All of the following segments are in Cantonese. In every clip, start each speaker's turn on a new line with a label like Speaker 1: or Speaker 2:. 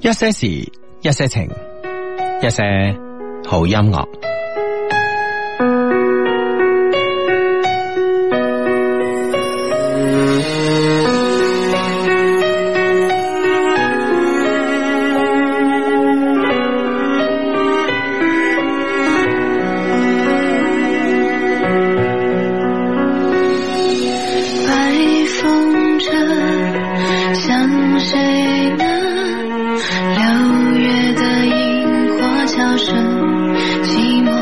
Speaker 1: 一些事，一些情，一些好音樂。
Speaker 2: 白风筝向谁呢？六月的萤火桥声，寂寞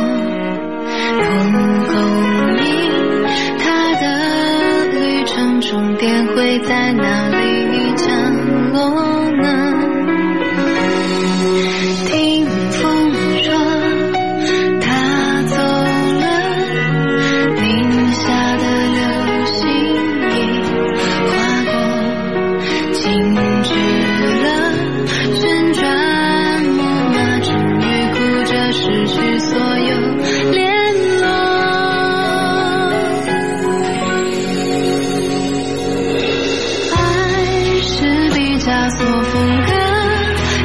Speaker 2: 蒲公英，它的旅程终点会在哪里降落呢？听风说，它走了。零下的流星已划过，静止了，旋转木马正预估着失去所有联络。爱是毕加索风格，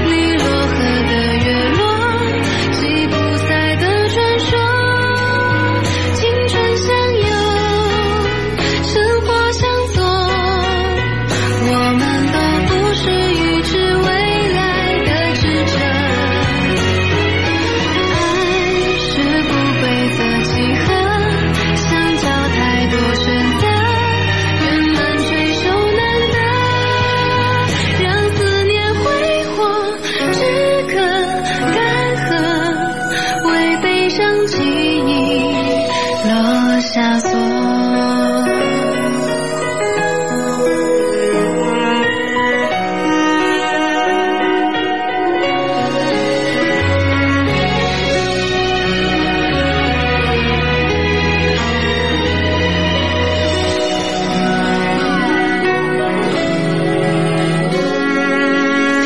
Speaker 2: 尼罗河的月落，吉普赛的传说，青春向右，生活向左，我们都不是预知未来的智者。爱是不规则几何，相交太多选择，圆满追求难得，让思念挥霍，止渴干涸，为悲伤记忆落下锁。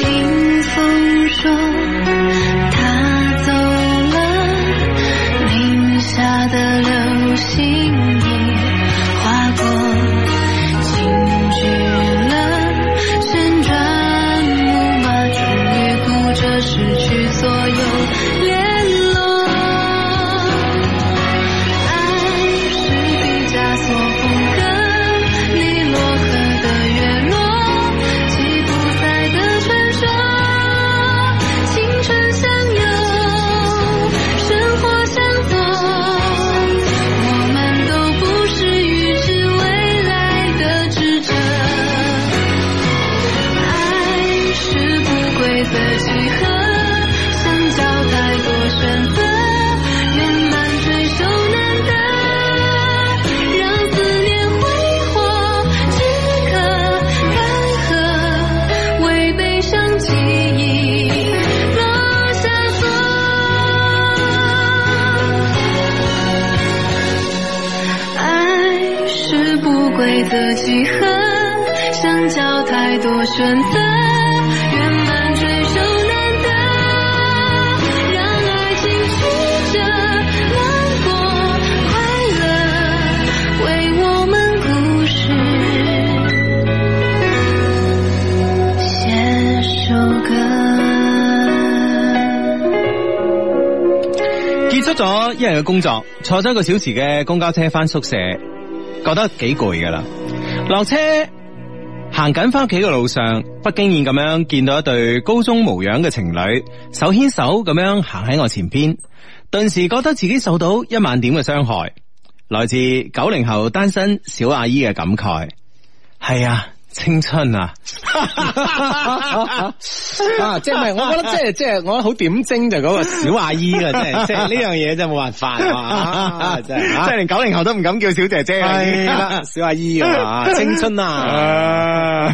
Speaker 2: 听风说，他走了，零下的流星已划过，静止了，旋转木马终于顾着失去所有联络。爱是毕加索风格，尼罗河的月落，吉普赛的传说，青春向右，生活向左，我们都不是预知未来的智者。爱是不规则几何，相交太多选择，圆满追求难得，让思念挥霍，止渴干涸，为悲伤记忆落下锁。爱是不规则几何，相交太多选择，圆满追求难得，让爱情曲折难过快乐，为我们故事写首歌。
Speaker 1: 結束咗一日嘅工作，坐咗一個小時嘅公交車翻宿舍，覺得幾攰噶啦。落車行緊翻屋企嘅路上，不經意咁樣見到一對高中模樣嘅情侶手牽手咁樣行喺我前邊，頓時覺得自己受到一萬點嘅傷害，來自九零後單身小阿姨嘅感慨。係啊，青春啊！
Speaker 3: 啊，即系 唔系？我覺得即係即係，我覺得好點睛就嗰個小阿姨
Speaker 1: 啊
Speaker 3: 啦，真 係即係呢樣嘢真係冇辦法啊！ 真係
Speaker 1: 即係
Speaker 3: 啊
Speaker 1: 連九零後都唔敢叫小姐姐啊已經
Speaker 3: 係啦，小阿姨 啊，青春啊！
Speaker 1: 啊！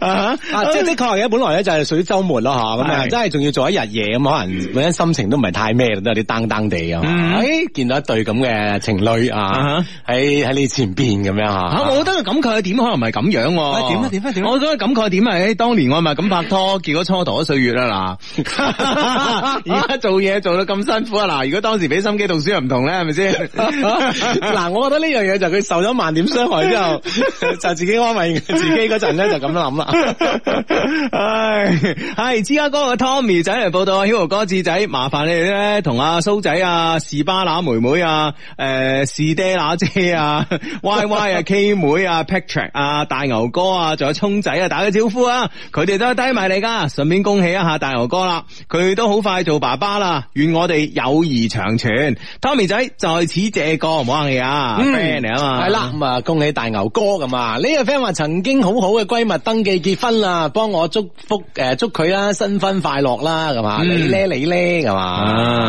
Speaker 1: 啊
Speaker 3: 啊，即係的確嘅，本來咧就係屬於週末咯嚇，咁啊，
Speaker 1: 係
Speaker 3: 真係仲要做一日嘢咁，可能本身心情都唔係太咩，都有啲 down down 地啊。
Speaker 1: 嗯
Speaker 3: 誒，見到一對咁嘅情侶
Speaker 1: 啊
Speaker 3: 啊，喺喺你前邊咁樣
Speaker 1: 啊！
Speaker 3: 嚇，
Speaker 1: 我覺得佢感慨點可能唔係咁樣喎。
Speaker 3: 喂點啊點啊點啊
Speaker 1: 我覺得感慨點係當年我咪咁拍拖，結果蹉跎歲月啦 嗱。而家做嘢做到咁辛苦啊嗱！如果當時俾心機讀書又唔同咧，係咪先？
Speaker 3: 嗱，我覺得呢樣嘢就佢受咗萬點傷害之後，就自己安慰自己嗰陣咧，就咁諗咁啊！
Speaker 1: 唉，系芝加哥嘅 Tommy 仔嚟报道啊，Hugo 哥志仔，麻煩你哋咧同阿蘇仔啊、士巴拿妹妹啊、诶、士爹乸姐啊、Y Y 啊、K 妹啊、Patrick 啊、大牛哥啊，仲有聰仔啊，打個招呼啊！佢哋都係低迷嚟噶，順便恭喜一下大牛哥啦，佢都好快做爸爸啦，願我哋友誼長存。Tommy 仔在此謝過，唔好客氣啊，friend 嚟啊嘛，
Speaker 3: 系嗯啦，咁啊，恭喜大牛哥咁啊！呢、個 friend 話曾經好好嘅閨蜜登記結婚啦，幫我祝福诶，祝佢啦，新婚快樂啦，咁啊，
Speaker 1: 嗯
Speaker 3: 你咧你咧咁
Speaker 1: 啊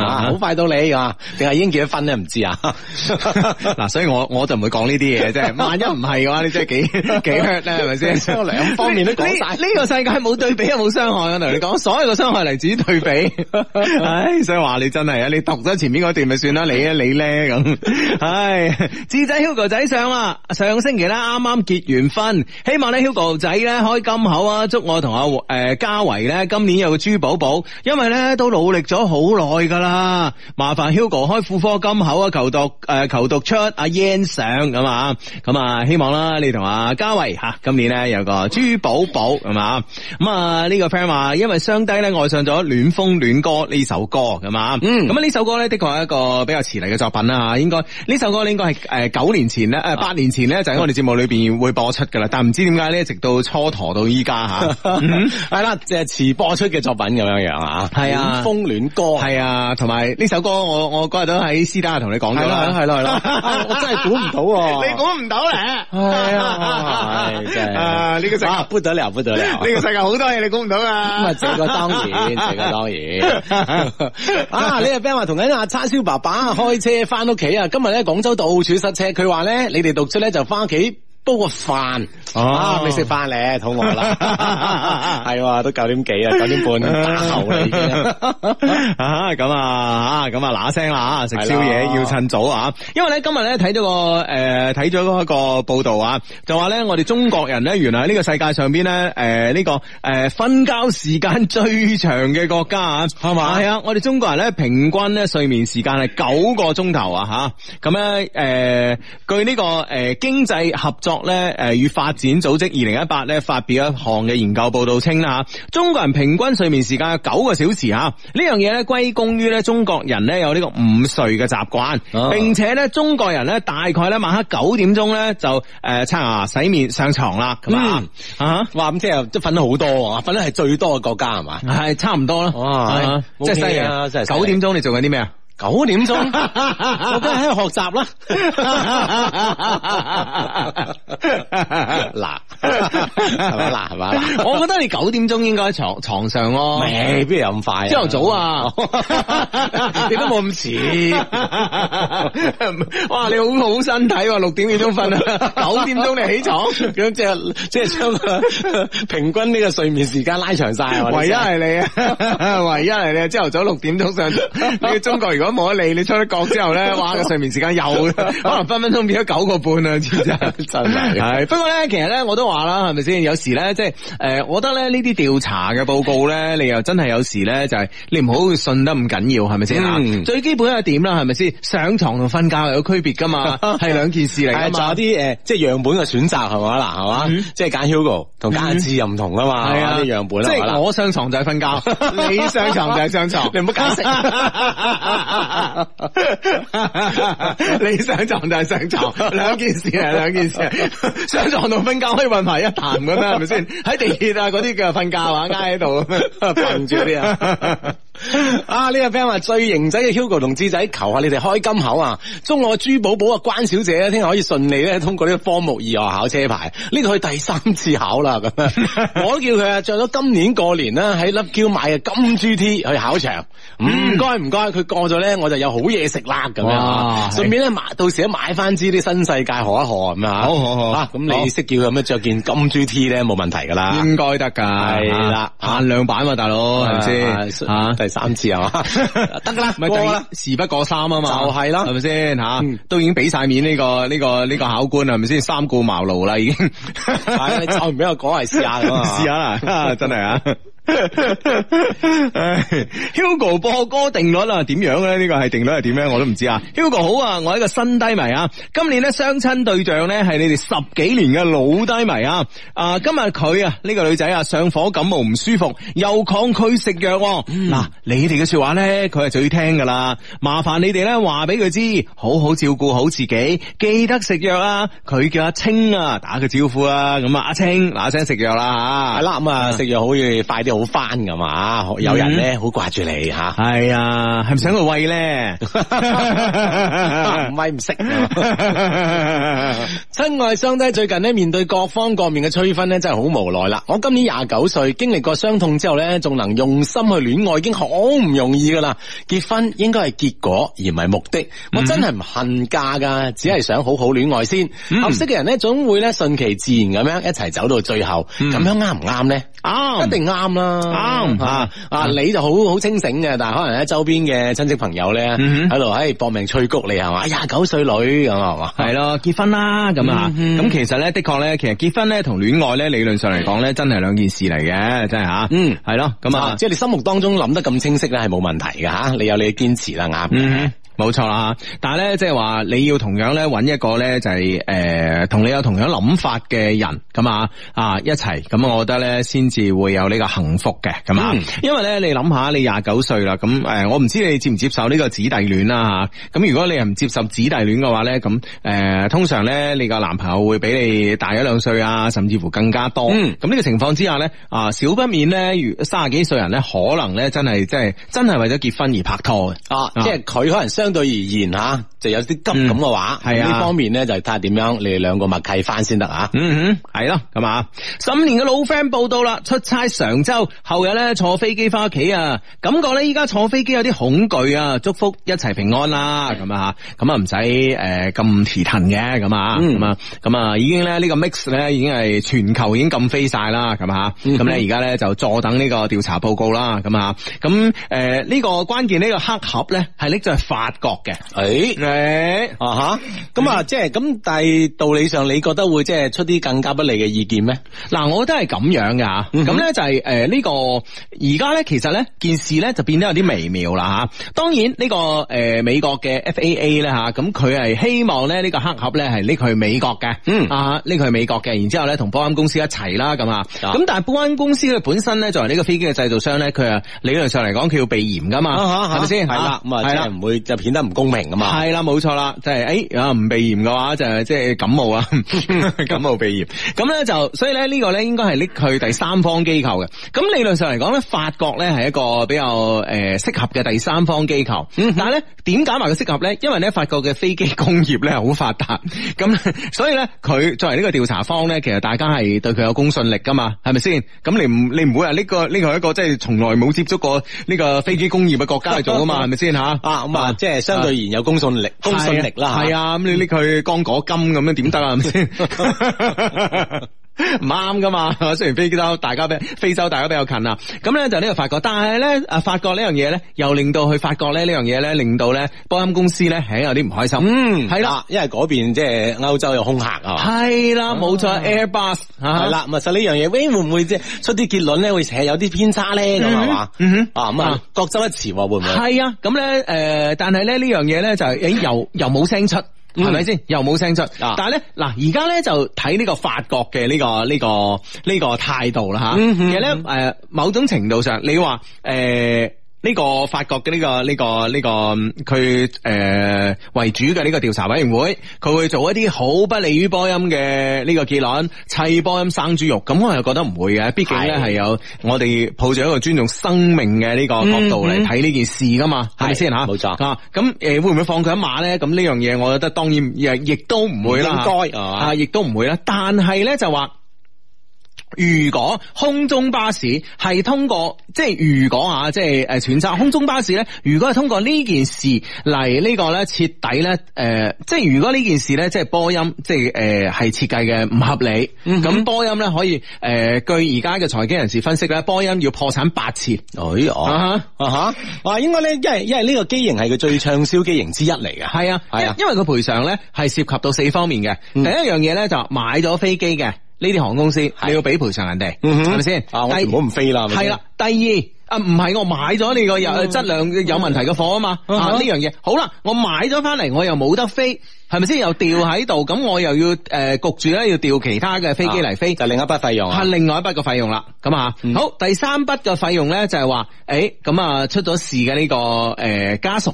Speaker 3: 啊，好快到你咁啊，定係已經結咗婚咧？唔知啊，
Speaker 1: 嗱，所以我我就唔會講呢啲嘢，即係萬一唔係嘅話，你真係幾幾 hurt 咧，係咪 先？
Speaker 3: 將兩方面都講晒
Speaker 1: 呢呢呢個世界冇對比冇傷害，我同你講，所有嘅傷害嚟自於 對比。唉，所以話你真係啊，你讀咗前面嗰段咪算啦，你啊你咧 咁。唉，智仔 Hugo 仔上啦，上星期咧啱啱結完婚，希望咧 Hugo 仔咧開金口啊，祝我同阿誒嘉維咧今年有個豬寶寶，因為咧都努力咗好耐㗎啦，麻煩 Hugo 開婦科金口啊，求讀誒、呃求讀出阿 Yan 上咁啊，咁啊希望啦，你同阿嘉維吓今年咧有個豬寶寶咁啊，咁啊呢個 friend 話因為雙低咧愛上咗《暖風暖歌》呢首歌咁啊，
Speaker 3: 嗯
Speaker 1: 咁啊呢首歌咧的確係一個比較遲嚟嘅作品啦吓，應該呢首歌咧應該係誒九年前咧誒八年前咧就喺我哋節目裏邊會播出噶啦，但唔知點解咧直到蹉跎到依家吓。嗯
Speaker 3: 係啦，即係遲播出嘅作品咁樣樣啊，
Speaker 1: 係啊
Speaker 3: 暖風暖歌
Speaker 1: 系啊，同埋呢首歌我我嗰日都喺私底下同你講咗啦，
Speaker 3: 係咯係咯係咯 啊我真係估唔到喎
Speaker 1: 你估唔到 咧，
Speaker 3: 係啊係真係
Speaker 1: 啊呢個世界
Speaker 3: 啊，
Speaker 1: 呢
Speaker 3: 不得了不得了，
Speaker 1: 個世界好多嘢你估唔到
Speaker 3: 咁啊，
Speaker 1: 啊，
Speaker 3: 這個 當然，這個當然。 啊，呢個 friend 話同緊阿叉燒爸爸開車翻屋企啊，今日咧廣州到處塞車，佢話咧你哋讀出咧就翻屋企。煲個飯
Speaker 1: 哦
Speaker 3: 啊，未食飯咧，肚餓 啦，係喎，都九點幾啊，九點半打後啦已經。
Speaker 1: 啊咁啊啊咁啊嗱聲啦啊食宵夜
Speaker 3: 係啦
Speaker 1: 要趁早啊！因為咧今日咧睇到個誒睇咗嗰個報道啊，就話咧我哋中國人咧原來喺呢個世界上邊咧誒呢個呃誒瞓覺時間最長嘅國家啊，係嘛？係啊，我哋中國人咧平均咧睡眠時間係九個鐘頭啊吓，咁咧誒據呢個誒經濟合作咧誒與發展組織二零一八咧發表一項嘅研究報道稱啦吓，中國人平均睡眠時間有九個小時吓，呢樣嘢咧歸功於咧中國人咧有呢個午睡嘅習慣，
Speaker 3: 啊
Speaker 1: 並且咧中國人咧大概咧晚黑九點鐘咧就誒刷牙洗面上床啦，咁啊
Speaker 3: 嗯
Speaker 1: 啊
Speaker 3: 哇，咁即係即係瞓得好多啊，瞓得係最多嘅國 家係嘛？
Speaker 1: 係差唔多啦，
Speaker 3: 哇
Speaker 1: 係真係犀利
Speaker 3: OK 啊真係犀利
Speaker 1: 九點鐘你做緊啲咩啊？
Speaker 3: 九點 鐘，我梗係喺度學習啦。 嗱，係咪嗱係咪嗱？
Speaker 1: 我覺得你九點鐘應該喺床床上咯，
Speaker 3: 未必有咁快、啊，
Speaker 1: 朝頭早，啊，
Speaker 3: 你都冇咁遲。
Speaker 1: 哇！你好好身體喎，六點幾鐘瞓啊，九點鐘你起床，
Speaker 3: 咁即係即係將個 平均呢個睡眠時間拉長晒啊，
Speaker 1: 唯一係你啊， 唯一係你啊，朝頭早六點鐘上， 你中國如果冇得你，你出咗國之後咧，哇個睡眠時間又可能分分鐘變咗九個半啊，知唔知 啊？
Speaker 3: 真係
Speaker 1: 系，不過咧，其實咧，我都話啦，係咪先？有時咧，即係诶，呃我覺得咧呢啲調查嘅報告咧，你又真係有時咧，就係你唔好信得咁緊要，係咪先啊
Speaker 3: 嗯？
Speaker 1: 最基本係點啦，係咪先？上床同瞓覺有區別噶 嘛，係兩件事嚟
Speaker 3: 係
Speaker 1: 噶
Speaker 3: 仲
Speaker 1: 嘛
Speaker 3: 有。啲誒，即係樣本嘅選擇係咪啊？嗱，係嘛
Speaker 1: 嗯，
Speaker 3: 即係揀 Hugo 同揀阿志又唔同噶嘛，
Speaker 1: 係啊
Speaker 3: 係嘛啲樣本啊
Speaker 1: 即
Speaker 3: 係嘛
Speaker 1: 係
Speaker 3: 嗱
Speaker 1: 我上床就係瞓覺， 你上床就係上 床，
Speaker 3: 你唔好解
Speaker 1: 釋。你上床就係上床，兩件事係兩件事。 上床同瞓覺可以混埋一談咁啦，係咪先？喺地鐵啊嗰啲嘅瞓覺啊，挨喺度咁樣
Speaker 3: 瞓住嗰啲
Speaker 1: 啊。
Speaker 3: 啊！呢、個 friend 話最型仔嘅 Hugo 同志仔，求下你哋開金口啊！祝我朱寶寶啊關小姐咧，聽日可以順利咧通過呢個科目二外考車牌，呢、個佢第三次考啦咁 樣。我都叫佢啊，着咗今年過年啦，喺 Love Q 買嘅金珠 T 去考場。
Speaker 1: 嗯
Speaker 3: 唔該唔該，佢過咗咧，我就有好嘢食啦咁樣啊。
Speaker 1: 哇
Speaker 3: 順便咧買，到時咧買翻支啲新世界賀一賀咁啊。
Speaker 1: 好好好嗯
Speaker 3: 啊！咁你識叫佢咁樣着件金珠 T 咧，冇問題噶啦。
Speaker 1: 應該得㗎，
Speaker 3: 係啦
Speaker 1: 限量版嘛，大佬係咪先
Speaker 3: 啊
Speaker 1: 啊？
Speaker 3: 第三次係嘛？ 得㗎啦，
Speaker 1: 咪
Speaker 3: 過啦
Speaker 1: 第事不過三啊嘛，
Speaker 3: 就係啦
Speaker 1: 係咪先吓
Speaker 3: 嗯？
Speaker 1: 都已經俾晒面呢個呢個呢個考官啦係咪先？三 顧茅廬啦，已經
Speaker 3: 啊系你就唔俾我講係試下咁啊！
Speaker 1: 試下啦，真係啊！ 唉 Hugo 播歌定律啊，點樣咧？呢個係定律係點咧？我都唔知啊。Hugo 好啊，我係一個新低迷啊。今年咧相親對象咧係你哋十幾年嘅老低迷啊。啊，今日佢啊呢個女仔啊上火感冒唔舒服，又抗拒食藥喎。嗱、你哋嘅說話咧，佢係最聽噶啦。麻煩你哋咧話俾佢知，好好照顧好自己，記得食藥啊。佢叫阿青啊，打個招呼啊。咁啊，阿青嗱聲食藥啦吓。
Speaker 3: 係啦，咁啊食藥好似快啲好翻咁啊，有人咧好掛住你吓，
Speaker 1: 係啊，係咪想佢喂 咧？
Speaker 3: 唔係唔識啊。親愛相低，最近咧面對各方各面嘅催婚咧，真係好無奈啦。我今年廿九歲，經歷過傷痛之後咧，仲能用心去戀愛，已經好唔容易噶啦。結婚應該係結果而唔係目的。我真係唔恨嫁噶，只係想好好戀愛先。合適嘅人咧，總會咧順其自然咁樣一齊走到最後。咁樣啱唔啱咧？
Speaker 1: 啱
Speaker 3: 一定啱啦，
Speaker 1: 哦啱
Speaker 3: 啊啊！你就好好清醒嘅，但係可能喺周邊嘅親戚朋友咧，
Speaker 1: 嗯哼
Speaker 3: 喺度喺搏命催谷你係嘛，廿九歲女咁係嘛，
Speaker 1: 係咯，結婚啦咁啊，
Speaker 3: 嗯
Speaker 1: 咁其實咧，的確咧，其實結婚咧同戀愛咧，理論上嚟講咧，真係兩件事嚟嘅，真係吓，
Speaker 3: 嗯
Speaker 1: 係咯，咁啊
Speaker 3: 啊，，即係你心目當中諗得咁清晰咧，係冇問題嘅吓，你有你嘅堅持啦，啱嘅。
Speaker 1: 嗯。冇錯啦，但係咧，即係話你要同樣咧揾一個咧就係、誒同你有同樣諗法嘅人咁啊啊一齊咁，我覺得咧先至會有呢個幸福嘅咁啊，
Speaker 3: 嗯
Speaker 1: 因為咧你諗下你廿九歲啦，咁誒、我唔知你接唔接受呢個姊弟戀啦吓，咁、如果你係唔接受姊弟戀嘅話咧，咁誒、通常咧你個男朋友會比你大一兩歲啊，甚至乎更加多，
Speaker 3: 嗯
Speaker 1: 咁呢個情況之下咧啊少不免咧，如卅幾歲人咧可能咧真係即係真係為咗結婚而拍拖嘅。
Speaker 3: 啊，即係佢可能相對而言吓，就有啲急咁嘅話，
Speaker 1: 嗯係啊
Speaker 3: 呢方面咧就睇下點樣，你哋兩個默契翻先得啊。
Speaker 1: 嗯哼，係咯，咁啊，十五年嘅老 friend 報道啦，出差常州，後日咧坐飛機翻屋企啊，感覺咧依家坐飛機有啲恐懼啊，祝福一齊平安啦，咁啊，咁啊唔使誒咁遲騰嘅，咁啊，
Speaker 3: 嗯
Speaker 1: 咁啊，咁啊已經咧呢個 mix 咧已經係全球已經禁飛晒啦，咁啊，
Speaker 3: 嗯
Speaker 1: 咁咧而家咧就坐等呢個調查報告啦，咁啊，咁誒呢個關鍵呢個黑盒咧係拎咗去法國嘅，
Speaker 3: 誒
Speaker 1: 誒。
Speaker 3: 哎啊吓，咁
Speaker 1: 嗯
Speaker 3: 啊，即係咁，但係道理上，你覺得會即係出啲更加不利嘅意見咩？
Speaker 1: 嗱，我覺得係咁樣噶吓，
Speaker 3: 嗯哼
Speaker 1: 咁咧、就係誒呢個而家咧，其實咧件事咧就變得有啲微妙啦吓。當然呢、個誒、呃美國嘅 FAA 咧吓，咁佢係希望咧呢個黑盒咧係拎去美國嘅，
Speaker 3: 嗯
Speaker 1: 啊拎去美國嘅，然之後咧同保安公司一齊啦咁啊。
Speaker 3: 啊
Speaker 1: 咁但係保安公司佢本身咧作為呢個飛機嘅製造商咧，佢啊理論上嚟講佢要避嫌噶嘛，啊係咪先？
Speaker 3: 係啦，啊咁啊，
Speaker 1: 係
Speaker 3: 即
Speaker 1: 啦
Speaker 3: 係唔會就顯得唔公平啊嘛。
Speaker 1: 系啦，冇錯啦，就係诶啊唔鼻炎嘅話就係即係感冒啊，感冒鼻炎。咁咧就所以咧呢個咧應該係拎去第三方機構嘅。咁理論上嚟講咧，法國咧係一個比較诶适合嘅第三方機構。但係咧點解話佢適合咧？因為咧法國嘅飛機工業咧好發達，咁所以咧佢作為呢個調查方咧，其實大家係對佢有公信力噶嘛，係咪先？咁你唔你唔會話呢個呢個係一個即係從來冇接觸過呢個飛機工業嘅國家去做噶嘛，係咪先吓？
Speaker 3: 啊，咁啊，即係相對而言有公信力，公信力啦，
Speaker 1: 啊係
Speaker 3: 啊，
Speaker 1: 啊，咁你拎佢剛果金咁樣點得啊？係咪先？ 唔啱噶 嘛，雖然非洲大家比非洲大家比較近啊，咁咧就呢個法國，但係咧啊法國呢樣嘢咧，又令到去法國咧呢樣嘢咧，令到咧波音公司咧係有啲唔開心。
Speaker 3: 嗯，
Speaker 1: 係啦
Speaker 3: 啊，因為嗰邊即係歐洲有空客啊。
Speaker 1: 係啦，冇錯，Airbus
Speaker 3: 係啦，咁啊，實呢樣嘢，喂，會唔會即係出啲結論咧，會成日有啲偏差咧，咁係嘛？
Speaker 1: 嗯哼
Speaker 3: 啊，咁啊
Speaker 1: 啊，
Speaker 3: 各執一詞喎，會唔會？
Speaker 1: 係啊，咁咧诶，誒但係咧呢樣嘢咧就係誒又又冇聲出。
Speaker 3: 嗯
Speaker 1: 係咪先？又冇聲出，
Speaker 3: 啊
Speaker 1: 但係咧嗱，而家咧就睇呢個法國嘅呢、個呢、個呢、個態度啦吓。
Speaker 3: 嗯
Speaker 1: 其
Speaker 3: 哼
Speaker 1: 實咧誒、某種程度上，你話誒呢個法國嘅呢、個呢、個呢、個佢誒、為主嘅呢個調查委員會，佢會做一啲好不利於波音嘅呢個結論，砌波音生豬肉。咁我又覺得唔會嘅，畢竟咧
Speaker 3: 係
Speaker 1: 係有我哋抱住一個尊重生命嘅呢個角度嚟
Speaker 3: 嗯嗯
Speaker 1: 睇呢件事噶嘛，係咪先吓？
Speaker 3: 冇錯
Speaker 1: 啊，咁誒會唔會放佢一馬咧？咁呢樣嘢我覺得當然亦亦都唔會啦，
Speaker 3: 唔應該係嘛
Speaker 1: 啊，亦都唔會啦。但係咧就話。如果空中巴士係通過，即係如果啊，即係誒揣測空中巴士咧，如果係通過呢件事嚟呢個咧徹底咧誒、呃即係如果呢件事咧，即係波音即係誒係設計嘅唔合理，
Speaker 3: 嗯
Speaker 1: 咁、
Speaker 3: 哼
Speaker 1: 波音咧可以誒、呃、據而家嘅財經人士分析咧，波音要破產八次。
Speaker 3: 哎，哦，
Speaker 1: 啊
Speaker 3: 啊吓，哇，應該咧，因為因為呢個機型係佢最暢銷機型之一嚟嘅，
Speaker 1: 系啊，
Speaker 3: 係啊嗯
Speaker 1: 因因為個賠償咧係涉及到四方面嘅。第一樣嘢咧就係買咗飛機嘅。呢啲航空公司
Speaker 3: 係
Speaker 1: 你要俾賠償人哋，
Speaker 3: 嗯哼
Speaker 1: 係咪先？
Speaker 3: 啊，我
Speaker 1: 第
Speaker 3: 全部唔飛啦，係咪先
Speaker 1: 係啦，，第二啊，唔係我買咗你個有質量有問題嘅貨啊嘛，
Speaker 3: 嗯
Speaker 1: 啊呢樣嘢好啦，我買咗翻嚟，我又冇得飛，係咪先？又掉喺度，咁我又要诶焗住咧，要調其他嘅飛機嚟飛，
Speaker 3: 啊就另一筆費用啊
Speaker 1: 係，另外一筆嘅費用啦。咁啊，
Speaker 3: 嗯
Speaker 1: 好，第三筆嘅費用咧就係話，诶咁啊出咗事嘅呢個诶家屬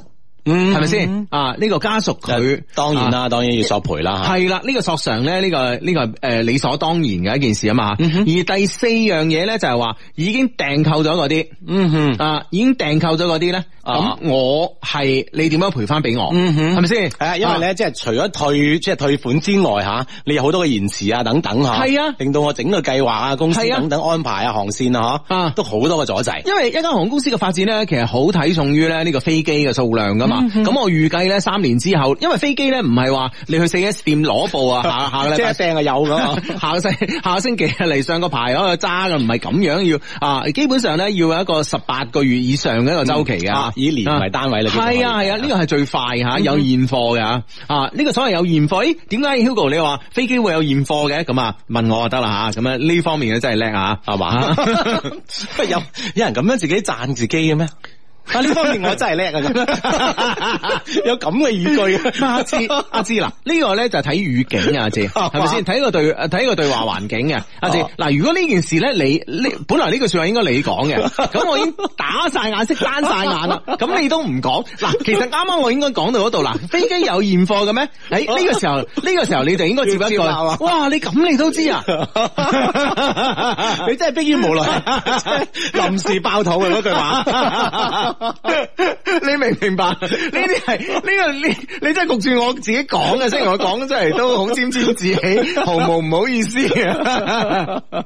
Speaker 3: 嗯
Speaker 1: 係咪先？啊？呢個家屬佢
Speaker 3: 當然
Speaker 1: 啊
Speaker 3: 啦，當然要索賠啦，
Speaker 1: 系啦，呢、個索償咧，呢、個呢、個个诶、呃理所當然嘅一件事啊嘛。
Speaker 3: 嗯哼
Speaker 1: 而第四樣嘢咧就係話已經訂購咗嗰啲
Speaker 3: 嗯哼，
Speaker 1: 啊，已經訂購咗嗰啲咧，咁、
Speaker 3: 啊
Speaker 1: 我係你點樣賠翻俾我？
Speaker 3: 嗯哼
Speaker 1: 係咪先？
Speaker 3: 係啊，因為
Speaker 1: 啊
Speaker 3: 咧，即係除咗退即係退款之外吓，你有好多嘅延遲啊，等等吓，
Speaker 1: 係啊
Speaker 3: 令到我整個計劃啊，公司
Speaker 1: 係啊
Speaker 3: 等等安排啊，航線啊，吓
Speaker 1: 啊，
Speaker 3: 都好多嘅阻 滯。
Speaker 1: 因為一間航空公司嘅發展咧，其實好睇重於咧呢個飛機嘅數量噶
Speaker 3: 嗯
Speaker 1: 嘛。咁、我預計咧三年之後，因為飛機咧唔係話你去四 S 店攞部啊，下下個禮
Speaker 3: 即係
Speaker 1: 拜
Speaker 3: 一掟就有咁啊
Speaker 1: 下個星下個星期啊嚟上個牌嗰度揸嘅，唔係咁樣要啊！基本上咧要有一個十八個月以上嘅一個周期嘅、
Speaker 3: 啊以嗯年為單位啦
Speaker 1: 係啊係啊，呢個係最快吓，有現貨嘅啊！呢、個所謂有現貨，咦？點解 Hugo 你話飛機會有現貨嘅？咁啊，問我就得啦吓，咁啊呢方面咧真係叻啊！
Speaker 3: 係嘛？不過 有有人咁樣自己讚自己嘅咩？ 啊！呢方面我真係叻 啊！ 咁樣有咁嘅語句，
Speaker 1: 啊
Speaker 3: 啊
Speaker 1: 阿志，阿志嗱，呢個咧就睇語境啊，阿志，係咪先？睇個對睇個對話環境嘅，阿志
Speaker 3: 哦
Speaker 1: 嗱，如果呢件事咧，你呢本來呢句说話應該你講 嘅，咁我已經打晒眼色、單晒眼啦，咁你都唔講嗱，其實啱啱我應該講到嗰度啦，飛機有現貨嘅咩？喺呢個時候，呢個時候你就應該接一句，
Speaker 3: 要接啊啦係
Speaker 1: 哇！你咁你都知 啊？
Speaker 3: 你真係迫於無奈， 臨時爆肚啊嘅嗰句話。
Speaker 1: 你明唔明白？呢啲係呢個你你真係焗住我自己講嘅，雖然我講出嚟都好沾沾自喜，毫無唔好意思 嘅。嗱，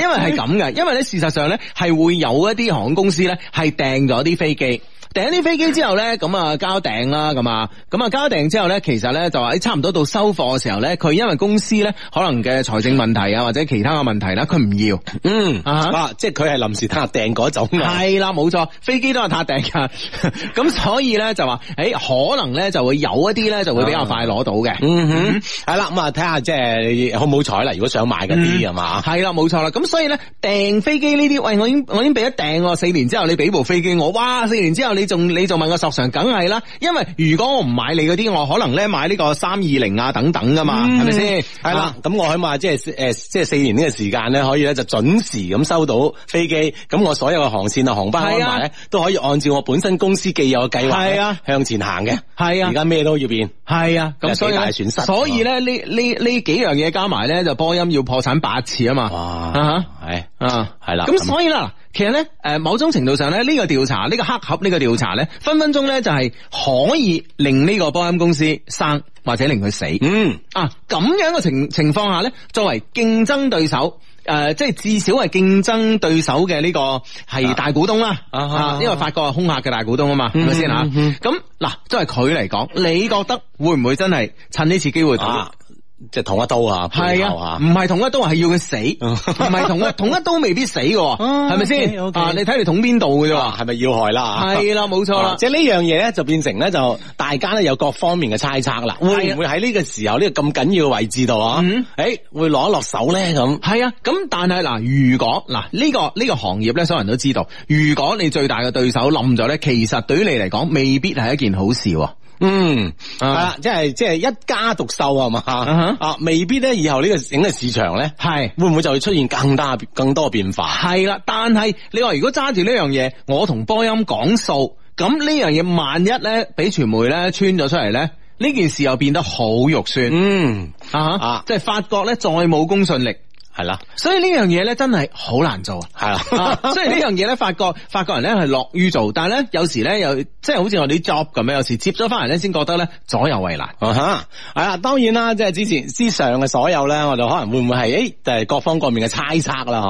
Speaker 1: 因為係咁嘅，因為咧事實上咧係會有一啲航空公司咧係訂咗啲飛機。訂咗啲飛機之後咧，咁啊交訂啦，咁啊，咁啊交訂之後咧，其實咧就話喺哎差唔多到收貨嘅時候咧，佢因為公司咧可能嘅財政問題啊，或者其他嘅問題啦，佢唔要，
Speaker 3: 嗯
Speaker 1: 啊
Speaker 3: 啊，即係佢係臨時睇下訂嗰種啊。
Speaker 1: 系啦，冇錯，飛機都係塔頂噶，咁所以咧就話，诶、可能咧就會有一啲咧就會比較快攞到嘅。
Speaker 3: 嗯哼，係啦，咁啊，睇下即係你好唔好彩啦。如果想買嗰啲係嘛，
Speaker 1: 係啦，冇錯啦，咁所以咧訂飛機呢啲，喂，我已經我已經俾咗訂喎，四年之後你俾部飛機我，哇，四年之後你仲你仲問我索償，梗係啦，因為如果我唔買你嗰啲，我可能咧買呢個三二零啊等等噶嘛，
Speaker 3: 嗯
Speaker 1: 係咪先？
Speaker 3: 係啦，啊咁我起碼即係诶，即系四年呢個時間咧，可以咧就準時咁收到飛機，咁我所有嘅航線啊、航班安
Speaker 1: 係啊
Speaker 3: 排咧，都可以按照我本身公司既有嘅計劃
Speaker 1: 係
Speaker 3: 咧
Speaker 1: 啊
Speaker 3: 向前行嘅。
Speaker 1: 啊，系啊
Speaker 3: 而。家咩都要變，
Speaker 1: 系啊，
Speaker 3: 有
Speaker 1: 咁
Speaker 3: 幾
Speaker 1: 所以
Speaker 3: 大
Speaker 1: 呢
Speaker 3: 損失
Speaker 1: 所以咧呢呢呢几样嘢加埋咧，就波音要破產八次啊嘛，啊
Speaker 3: 哇
Speaker 1: 哈，
Speaker 3: 係
Speaker 1: 啊，
Speaker 3: 係啦，
Speaker 1: 咁所以啦，其實咧，诶，某種程度上咧，呢、個調查，呢、個黑盒，呢、個調查咧，分分鐘咧就係可以令呢個波音公司生或者令佢死。
Speaker 3: 嗯。
Speaker 1: 啊，咁樣嘅情情況下咧，作為競爭對手。誒、即係至少係競爭對手嘅呢個係大股東啦，
Speaker 3: 啊
Speaker 1: 啊，因為法國係空客嘅大股東啊嘛，係咪先嚇？
Speaker 3: 嗯嗯
Speaker 1: 咁嗱，作為佢嚟講，你覺得會唔會真係趁呢次機會
Speaker 3: 啊，即系捅一刀啊，
Speaker 1: 系
Speaker 3: 背後
Speaker 1: 啊，唔係捅一刀係要佢 死，唔係捅一捅一刀未必死嘅喎，
Speaker 3: 啊
Speaker 1: 係咪先？
Speaker 3: OK，OK
Speaker 1: 啊，你睇你捅邊度嘅啫
Speaker 3: 啊，
Speaker 1: 喎。
Speaker 3: 系咪要害啦？
Speaker 1: 係啦，冇錯
Speaker 3: 啊
Speaker 1: 啦。
Speaker 3: 即系呢樣嘢咧，就變成咧就大家咧有各方面嘅猜測啦，
Speaker 1: 係啊
Speaker 3: 會唔會喺呢個時候呢個咁緊要嘅位置度啊？
Speaker 1: 嗯
Speaker 3: 诶，會攞落手咧咁？
Speaker 1: 係啊，咁但係嗱，如果嗱呢、個呢、個行業咧，所有人都知道，如果你最大嘅對手冧咗咧，其實對於你嚟講，未必係一件好事喎。
Speaker 3: 嗯，系
Speaker 1: 啊
Speaker 3: 啦，即係即系一家獨秀啊嘛，
Speaker 1: 哈
Speaker 3: 啊，未必咧以後呢個整個市場咧，
Speaker 1: 係
Speaker 3: 會唔會就會出現更大更多嘅變化？
Speaker 1: 係啦，但係你話如果揸住呢樣嘢，我同波音講數，咁呢樣嘢萬一咧俾傳媒咧穿咗出嚟咧，呢件事又變得好肉酸、
Speaker 3: 嗯，
Speaker 1: 啊
Speaker 3: 啊
Speaker 1: 哈！即係法國咧再冇公信力，
Speaker 3: 係啦，
Speaker 1: 所以呢樣嘢咧真係好難做啊！
Speaker 3: 係啦，
Speaker 1: 啊，雖然呢樣嘢咧，法國法國人咧係樂於做，但係咧有時咧又即係好似我哋啲 job 咁樣，有時接咗翻嚟咧先覺得咧左右為難。
Speaker 3: 啊哈，系啦，當然啦，即係之前之上嘅所有咧，我哋可能會唔會係诶，就係各方各面嘅猜測啦，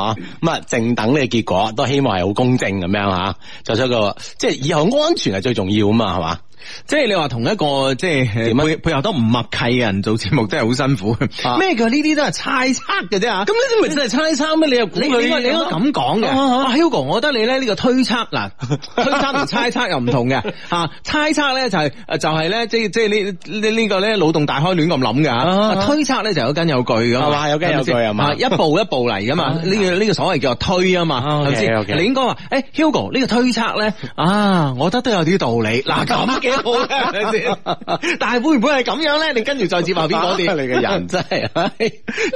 Speaker 3: 吓咁啊，靜等呢個結果，都希望係好公正咁樣吓，作出一個即係以後安全係最重要啊嘛，係嘛，
Speaker 1: 即係你話同一個即係呃
Speaker 3: 點啊
Speaker 1: 配配合得唔默契嘅人做節目真係好辛苦。
Speaker 3: 啊
Speaker 1: 咩叫呢啲都係猜測嘅啫啊！
Speaker 3: 咁呢啲咪真係猜測咩？你又估
Speaker 1: 你你應該你應該咁講嘅
Speaker 3: 啊
Speaker 1: 啊，Hugo，我覺得你咧呢個推測嗱， 推測同猜測又唔同嘅啊，猜測咧就係誒就係咧，即係即係呢呢呢個咧腦洞大開亂咁諗嘅
Speaker 3: 啊
Speaker 1: 啊推測咧就有根有據㗎嘛，
Speaker 3: 係嘛有根有據係嘛
Speaker 1: 咪先啊一步一步嚟㗎嘛，
Speaker 3: 啊
Speaker 1: 呢個呢個所謂叫做推啊嘛，
Speaker 3: 啊
Speaker 1: 係咪先
Speaker 3: OK，OK
Speaker 1: 你應該話誒 Hugo 呢個推測咧啊，我覺得都有啲道 理，嗱咁幾好嘅係咪 先，但係會唔會係咁樣咧？你跟住再接後邊嗰啲，
Speaker 3: 你嘅人真係，唉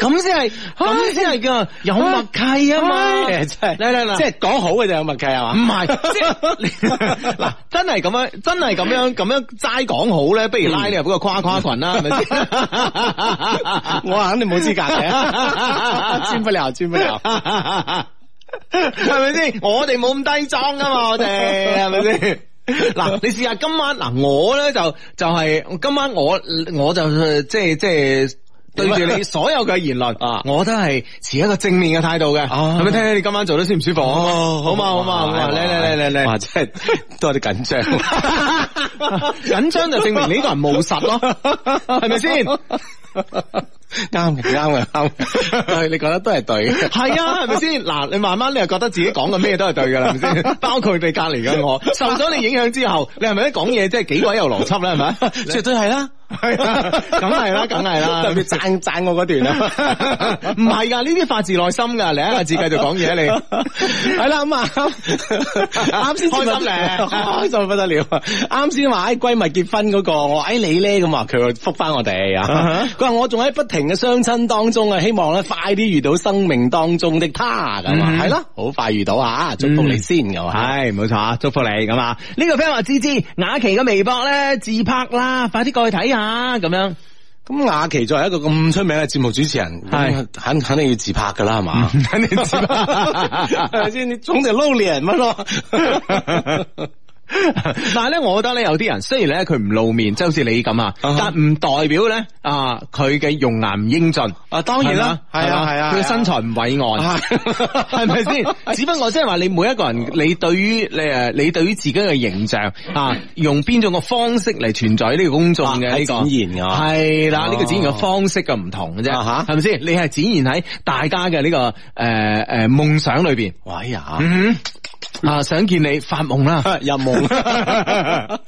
Speaker 1: 咁先係咁先係叫有默契啊嘛，
Speaker 3: 唉真係，
Speaker 1: 嚟嚟嚟
Speaker 3: 即係講好嘅就有默契係
Speaker 1: 唔
Speaker 3: 嘛？
Speaker 1: 係，即係你 嗱，真係咁樣，真係咁樣咁樣齋講好咧，不如拉你入嗰個跨跨群啦，係咪先？
Speaker 3: 啊我肯定冇資格嘅， 穿不了，穿 不了。
Speaker 1: 係咪先？我哋冇咁低裝噶嘛，我哋係咪先？嗱，你試下今晚嗱，我咧就就係、今晚我我就呃即係即係。對住你所有嘅言論
Speaker 3: 啊
Speaker 1: 我都係持一個正面嘅態度嘅，
Speaker 3: 啊
Speaker 1: 係咪聽聽你今晚做得舒唔舒服？好嘛好嘛好嘛，嚟嚟嚟嚟嚟
Speaker 3: 哇，，真 係都有啲緊 張。
Speaker 1: 緊張就證明你呢個人務實 咯，係咪先？
Speaker 3: 啱嘅，啱嘅，啱嘅。 對，你覺得都係對嘅。
Speaker 1: 係啊，係咪先？嗱，你慢慢你又覺得自己講嘅咩都係對噶啦，係咪 先？包括你隔離嘅我，受咗你影響之後，你係咪一講嘢即係幾鬼有邏輯咧？係咪？
Speaker 3: 絕對係啦，
Speaker 1: 係啊，梗係啦，梗係啦
Speaker 3: 特。別讚讚我嗰段啊。
Speaker 1: 唔係㗎，呢啲發自內心㗎。你一下字繼續講 嘢，你
Speaker 3: 係啦，咁啊，啱先
Speaker 1: 開心咧
Speaker 3: 開心不得了啊！啱先話喺閨蜜結婚嗰個，我話誒你咧咁啊，佢又復翻我哋啊
Speaker 1: 啊，
Speaker 3: 佢話我仲喺不停嘅相親當中啊，希望咧快啲遇到生命當中的他咁啊
Speaker 1: 嗯，
Speaker 3: 係啦，好快遇到啊，祝福你先咁啊，
Speaker 1: 係冇錯啊，祝福你咁啊！呢個 friend 話芝芝雅琪嘅微博咧自拍啦，快啲過去睇下咁 樣。
Speaker 3: 咁雅琪作為一個咁出名嘅節目主持人，
Speaker 1: 係
Speaker 3: 咁肯肯定要自拍噶啦，係嘛？
Speaker 1: 肯定知啦
Speaker 3: 係咪先？你總得露臉乜咯？
Speaker 1: 但係咧，我覺得咧，有啲人雖然咧佢唔露面，即係好似你咁啊，
Speaker 3: 啊哈
Speaker 1: 但唔代表咧啊佢嘅容顏唔英俊。
Speaker 3: 啊，當然啦，
Speaker 1: 係嘛佢嘅身材唔偉
Speaker 3: 啊 哦
Speaker 1: 岸，係咪先？只不過即係話你每一個人，你對於你誒，你對於自己嘅形象啊，用邊種嘅方式嚟存在呢個公眾嘅
Speaker 3: 啊
Speaker 1: 呢個
Speaker 3: 展現㗎
Speaker 1: 係啦，
Speaker 3: 哦
Speaker 1: 呢個展現嘅方式嘅唔同嘅啫，
Speaker 3: 啊哈
Speaker 1: 係咪先？你係展現喺大家嘅呢個誒誒夢想裏邊，
Speaker 3: 喂哎呀！
Speaker 1: 嗯哼啊，想見你發夢啦。
Speaker 3: 啊 入 夢。嗱，呢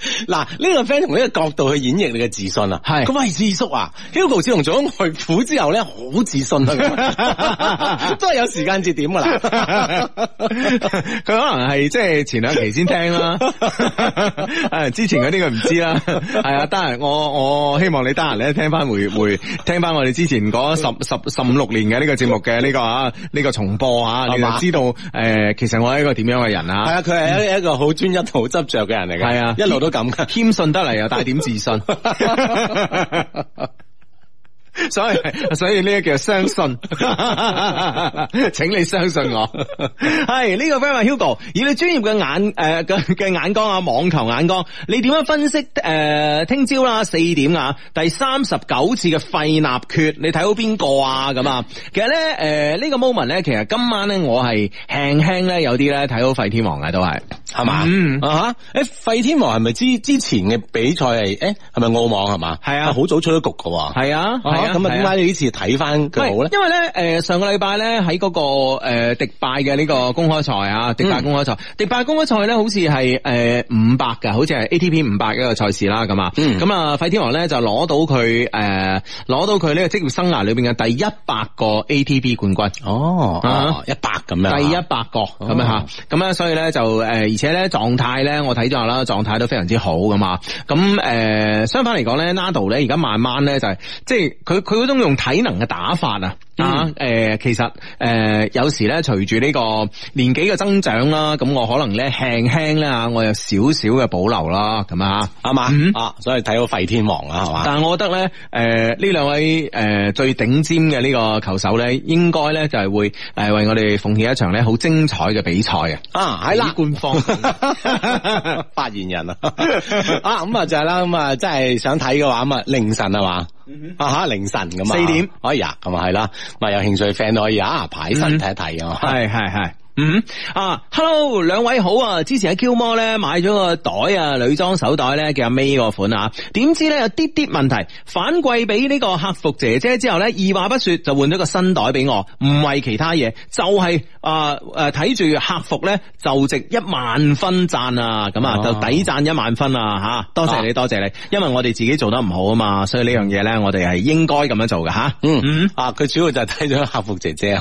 Speaker 3: 個 friend 從呢個角度去演繹你嘅自信啊，
Speaker 1: 係
Speaker 3: 咁喂，智叔啊，Hugo 自從做咗外父之後咧，好自信 啊，都係有時間節點
Speaker 1: 嗯
Speaker 3: 噶啦。
Speaker 1: 佢可能係即係前兩期先聽啦， 誒之前嗰啲佢唔知啦，係啊，得閒我我希望你得閒咧聽翻回回聽翻我哋之前嗰十十十五六年嘅呢個節目嘅呢、個啊呢、個重播啊，
Speaker 3: 係
Speaker 1: 你
Speaker 3: 嘛
Speaker 1: 就知道誒、其實我係一個點樣嘅人
Speaker 3: 係
Speaker 1: 啊，
Speaker 3: 啊，佢係一一個好專一、好執着嘅人嚟嘅，
Speaker 1: 係啊
Speaker 3: 一路都咁噶。
Speaker 1: 謙信得嚟又帶點自 信。所以所以呢個叫相信， 請你相信我。係呢、個 friend 話 Hugo，以你專業嘅眼誒嘅嘅眼光啊，網球眼光，你點樣分析誒聽朝啦四點啊第三十九次嘅費納決，你睇好邊個啊咁啊？其實咧誒呢、個 moment 咧，其實今晚咧我係輕輕咧有啲咧睇好費天王嘅都係
Speaker 3: 係嘛？
Speaker 1: 嗯
Speaker 3: 啊哈！誒，費天王係咪之之前嘅比賽係誒係咪澳網係嘛？
Speaker 1: 係啊
Speaker 3: 好早出咗局噶喎。
Speaker 1: 係啊
Speaker 3: 啊哈咁啊，點解你呢次睇翻佢好
Speaker 1: 嗯喂
Speaker 3: 咧？
Speaker 1: 因為咧，诶、上個禮拜咧喺嗰個诶、呃迪拜嘅呢個公開賽
Speaker 3: 嗯
Speaker 1: 啊，迪拜公開賽，迪拜公開賽咧好似係诶五百噶，好似係 ATP 五百嘅一個賽事啦，咁啊，
Speaker 3: 嗯
Speaker 1: 咁啊，費天王咧就攞到佢诶攞到佢呢個職業生涯裏邊嘅第一百個 ATP 冠軍。
Speaker 3: 哦
Speaker 1: 啊哈
Speaker 3: 哦一百咁樣啊。
Speaker 1: 第一百個咁樣吓
Speaker 3: 哦，
Speaker 1: 咁咧所以咧就誒，而且咧狀態咧我睇咗下啦，狀態都非常之好咁啊。咁誒、呃相反嚟講咧，Nado 咧而家慢慢咧就係、即係佢佢嗰種用體能嘅打法啊。
Speaker 3: 嗯
Speaker 1: 啊，誒、其實誒、呃有時咧，隨住呢個年紀嘅增長啦，咁我可能咧輕輕咧啊，我有少少嘅保留啦，咁啊，
Speaker 3: 啱嘛
Speaker 1: 嗯
Speaker 3: 啊，所以睇到費天王啊，係嘛？
Speaker 1: 但係我覺得咧，誒、呢兩位誒、最頂尖嘅呢個球手咧，應該咧就係會誒、為我哋奉獻一場咧好精彩嘅比賽嘅。
Speaker 3: 啊，係啦
Speaker 1: 以，官方
Speaker 3: 發言人啊， 啊咁啊就係啦，咁啊真係想睇嘅話，咁啊凌晨係嘛，啊吓凌晨咁啊
Speaker 1: 嗯四點，
Speaker 3: 哎呀咁啊係啦，咁啊有興趣嘅 friend 都可以啊排身
Speaker 1: 嗯
Speaker 3: 睇一睇啊，
Speaker 1: 係係係。嗯啊，Hello，兩位好啊！之前喺 Q 摩咧買咗個袋啊，女裝手袋咧叫阿 May 個款啊，點知咧有啲啲問題，反季俾呢個客服姐姐之後咧，二話不說就換咗個新袋俾我，唔係其他嘢，就係啊誒睇住客服咧就值一萬分讚啊，咁啊
Speaker 3: 哦
Speaker 1: 就抵讚一萬分啊吓，多謝你多謝你，因為我哋自己做得唔好啊嘛，所以呢樣嘢咧我哋係應該咁樣做嘅吓，
Speaker 3: 嗯嗯，啊，佢主要就係睇咗客服姐啊姐，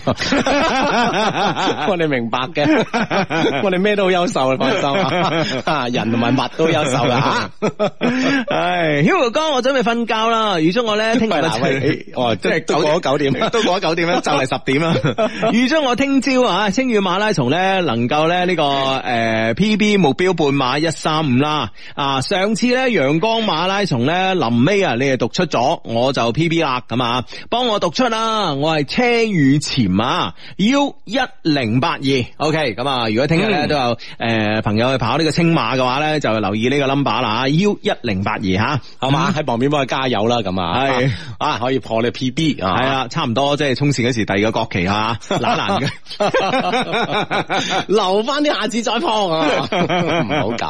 Speaker 3: 我哋明白嘅， 我哋咩都好優秀啊，放心 啊，啊人同埋物都優秀啊噶
Speaker 1: 唉，Hugo 哥，我準備瞓覺啦，預祝我 咧聽日
Speaker 3: 喂
Speaker 1: 嘅
Speaker 3: 嗱喂哦即係都過咗九 點
Speaker 1: 都過咗九點啦，就嚟十點啦。預祝我聽朝啊，青羽馬拉松咧能夠咧呢個诶 PB 目標半馬一三五啦。啊，上次咧陽光馬拉松咧臨尾啊，你哋讀出咗，我就 PB 啦咁啊，幫我讀出啦，我係車雨潛啊，U 一零八二，OK，咁啊，如果聽日咧
Speaker 3: 嗯
Speaker 1: 都有诶、呃朋友去跑呢個青馬嘅話咧，就留意呢個 number 啦，U 一零八二吓，
Speaker 3: 係嘛？喺旁邊幫佢加油啦，咁啊，
Speaker 1: 嗯係
Speaker 3: 啊，可以破你 PB 啊，
Speaker 1: 系啊，差唔多即係衝線嗰時第二個國旗啊，懶難嘅。
Speaker 3: 留翻啲下次再放啊！唔好咁。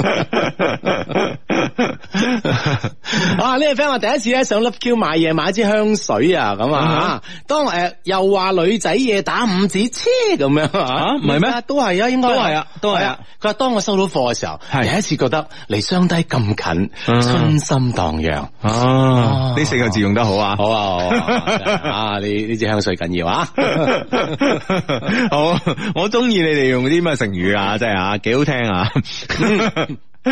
Speaker 3: 啊！呢個 friend 話第一次咧上 Love Q 買嘢買支香水啊，咁啊，當诶又話女仔嘢打五指車咁樣
Speaker 1: 啊
Speaker 3: 啊，
Speaker 1: 唔係咩？
Speaker 3: 都係啊，應該
Speaker 1: 都係啊都係啊。
Speaker 3: 佢話當我收到貨嘅時候，
Speaker 1: 係
Speaker 3: 第一次覺得離雙低咁近，
Speaker 1: 嗯
Speaker 3: 春心蕩漾。
Speaker 1: 哦，呢四個字用得好啊。
Speaker 3: 好啊，好啊真係 啊！你呢支香水緊要啊！
Speaker 1: 好，我中意你哋用啲咁嘅成語啊，真係啊，幾好聽啊！ 系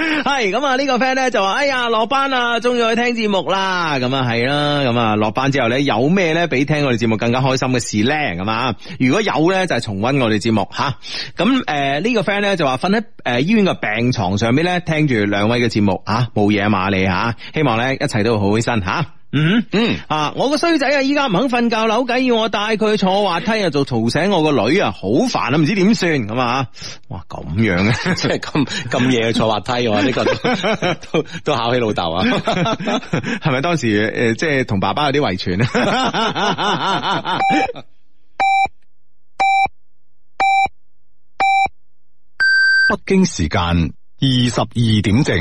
Speaker 1: 咁啊！呢個 friend 咧就話：哎呀，落班啦，終於去聽節目啦。咁啊係啦，咁啊落班之後咧，有咩咧比聽我哋節目更加開心嘅事咧？咁啊，如果有咧就係重温我哋節目吓。咁诶呢個 friend 咧就話瞓喺诶醫院嘅病床上邊咧，聽住兩位嘅節目啊，冇嘢啊嘛你吓，希望咧一切都會好起身吓。嗯
Speaker 3: 嗯
Speaker 1: 啊！我個衰仔啊，依家唔肯瞓覺，扭計要我帶佢去坐滑梯啊，就嘈醒我個女啊，好煩啊，唔知點算咁啊！哇，咁 樣啊嘅。
Speaker 3: 即係咁咁夜去坐滑梯喎，呢個都 都都考起老豆啊！
Speaker 1: 系咪當時诶、呃即係同爸爸有啲遺傳啊？
Speaker 4: 北京時間二十二點正。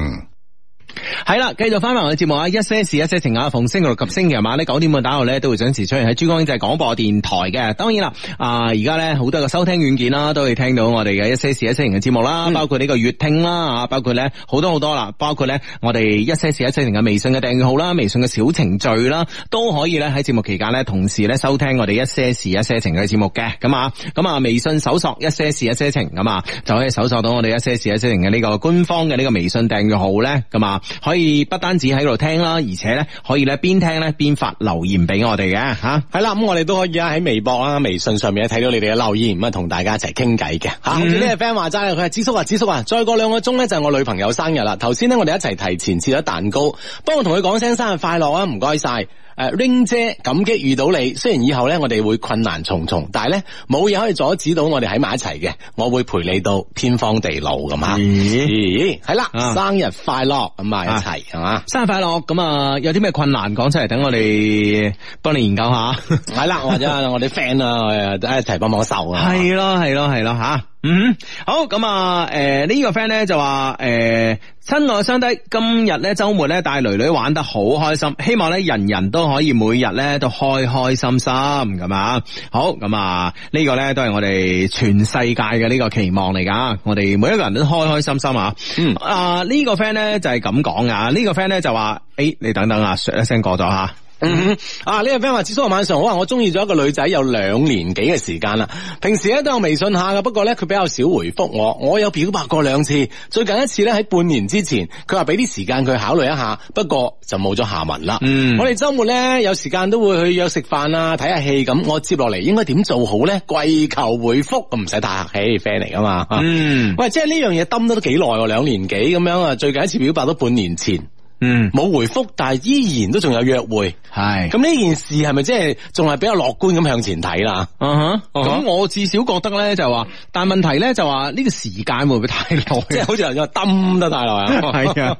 Speaker 1: 係啦，繼續翻埋我哋節目啊！一些事，一些情啊！逢星期六及星期日晚呢九點半打後咧，都會準時出現喺珠江經濟廣播電台嘅。當然啦，啊而家咧好多嘅收聽軟件啦，都可以聽到我哋嘅一些事、一些情嘅節目啦，包括呢個粵聽啦，啊，包括咧好多好多啦，包括咧我哋一些事、一些情嘅微信嘅訂閱號啦，微信嘅小程序啦，都可以咧喺節目期間咧同時咧收聽我哋一些事、一些情嘅節目嘅。咁啊，咁啊，微信搜索一些事、一些情咁啊，就可以搜索到我哋一些事、一些情嘅呢個官方嘅呢個微信訂閱號咧，咁啊，可以不單止喺度聽啦，而且咧可以咧邊聽咧邊發留言俾我哋嘅吓。
Speaker 3: 系啦，咁我哋都可以啊喺微博啊、微信上面咧睇到你哋嘅留言，咁啊同大家一齊傾偈嘅
Speaker 1: 嗯
Speaker 3: 吓。好似呢個 friend 話齋啦，佢係子叔啊，子叔啊，再過兩個鐘咧就係我女朋友生日啦。頭先咧我啊哋一齊提前切咗蛋糕，幫我同佢講聲生日快樂啊，唔該晒。誒 Ring 姐感激遇到你，雖然以後咧我哋會困難重重，但係咧冇嘢可以阻止到我哋喺埋一齊嘅，我會陪你到天荒地老咁啊！咦，係啦，
Speaker 1: 嗯啊
Speaker 3: 生日快樂咁啊，一齊 係嘛？
Speaker 1: 生日快樂！咁啊，有啲咩困難講出嚟，等我哋幫你研究下。
Speaker 3: 係啦，或者我哋 friend 啊，誒一齊幫幫手啊！
Speaker 1: 系咯，系咯，系咯，吓。嗯，好咁啊！诶、呢、個 friend 咧就話诶，亲、愛相低，今日咧週末咧帶女女玩得好開心，希望咧人人都可以每日咧都開開心心咁啊！好咁啊，呢、個咧都係我哋全世界嘅呢個期望嚟㗎，我哋每一個人都開開心心啊！
Speaker 3: 嗯
Speaker 1: 啊，呢、個 friend 咧就係咁講啊，呢、個 friend 咧就話诶、你等等啊，唰一聲過咗吓。
Speaker 3: 嗯哼，啊呢、個 friend 話：，子叔晚上好啊，我中意咗一個女仔有兩年幾嘅時間啦。平時咧都有微信下嘅，不過咧佢比較少回覆我。我有表白過兩次，最近一次咧喺半年之前，佢話俾啲時間佢考慮一下，不過就冇咗下文啦。
Speaker 1: 嗯
Speaker 3: 我哋周末咧有時間都會去約食飯啊，睇下戲咁。我接落嚟應該點做好咧？跪求回覆，唔使太客氣，friend 嚟噶嘛。
Speaker 1: 嗯
Speaker 3: 喂，即係呢樣嘢抌咗都幾耐喎，兩年幾咁樣啊。最近一次表白都半年前，
Speaker 1: 嗯，
Speaker 3: 冇回覆，但係依然都仲有約會。
Speaker 1: 係。
Speaker 3: 咁呢件事係咪即係仲係比較樂觀咁向前睇啦？
Speaker 1: 啊哈，
Speaker 3: 啊哈
Speaker 1: 咁我至少覺得咧就話，但問題咧就話呢個時間會唔會太耐？
Speaker 3: 即係好似有人話抌得太耐啊！
Speaker 1: 係啊。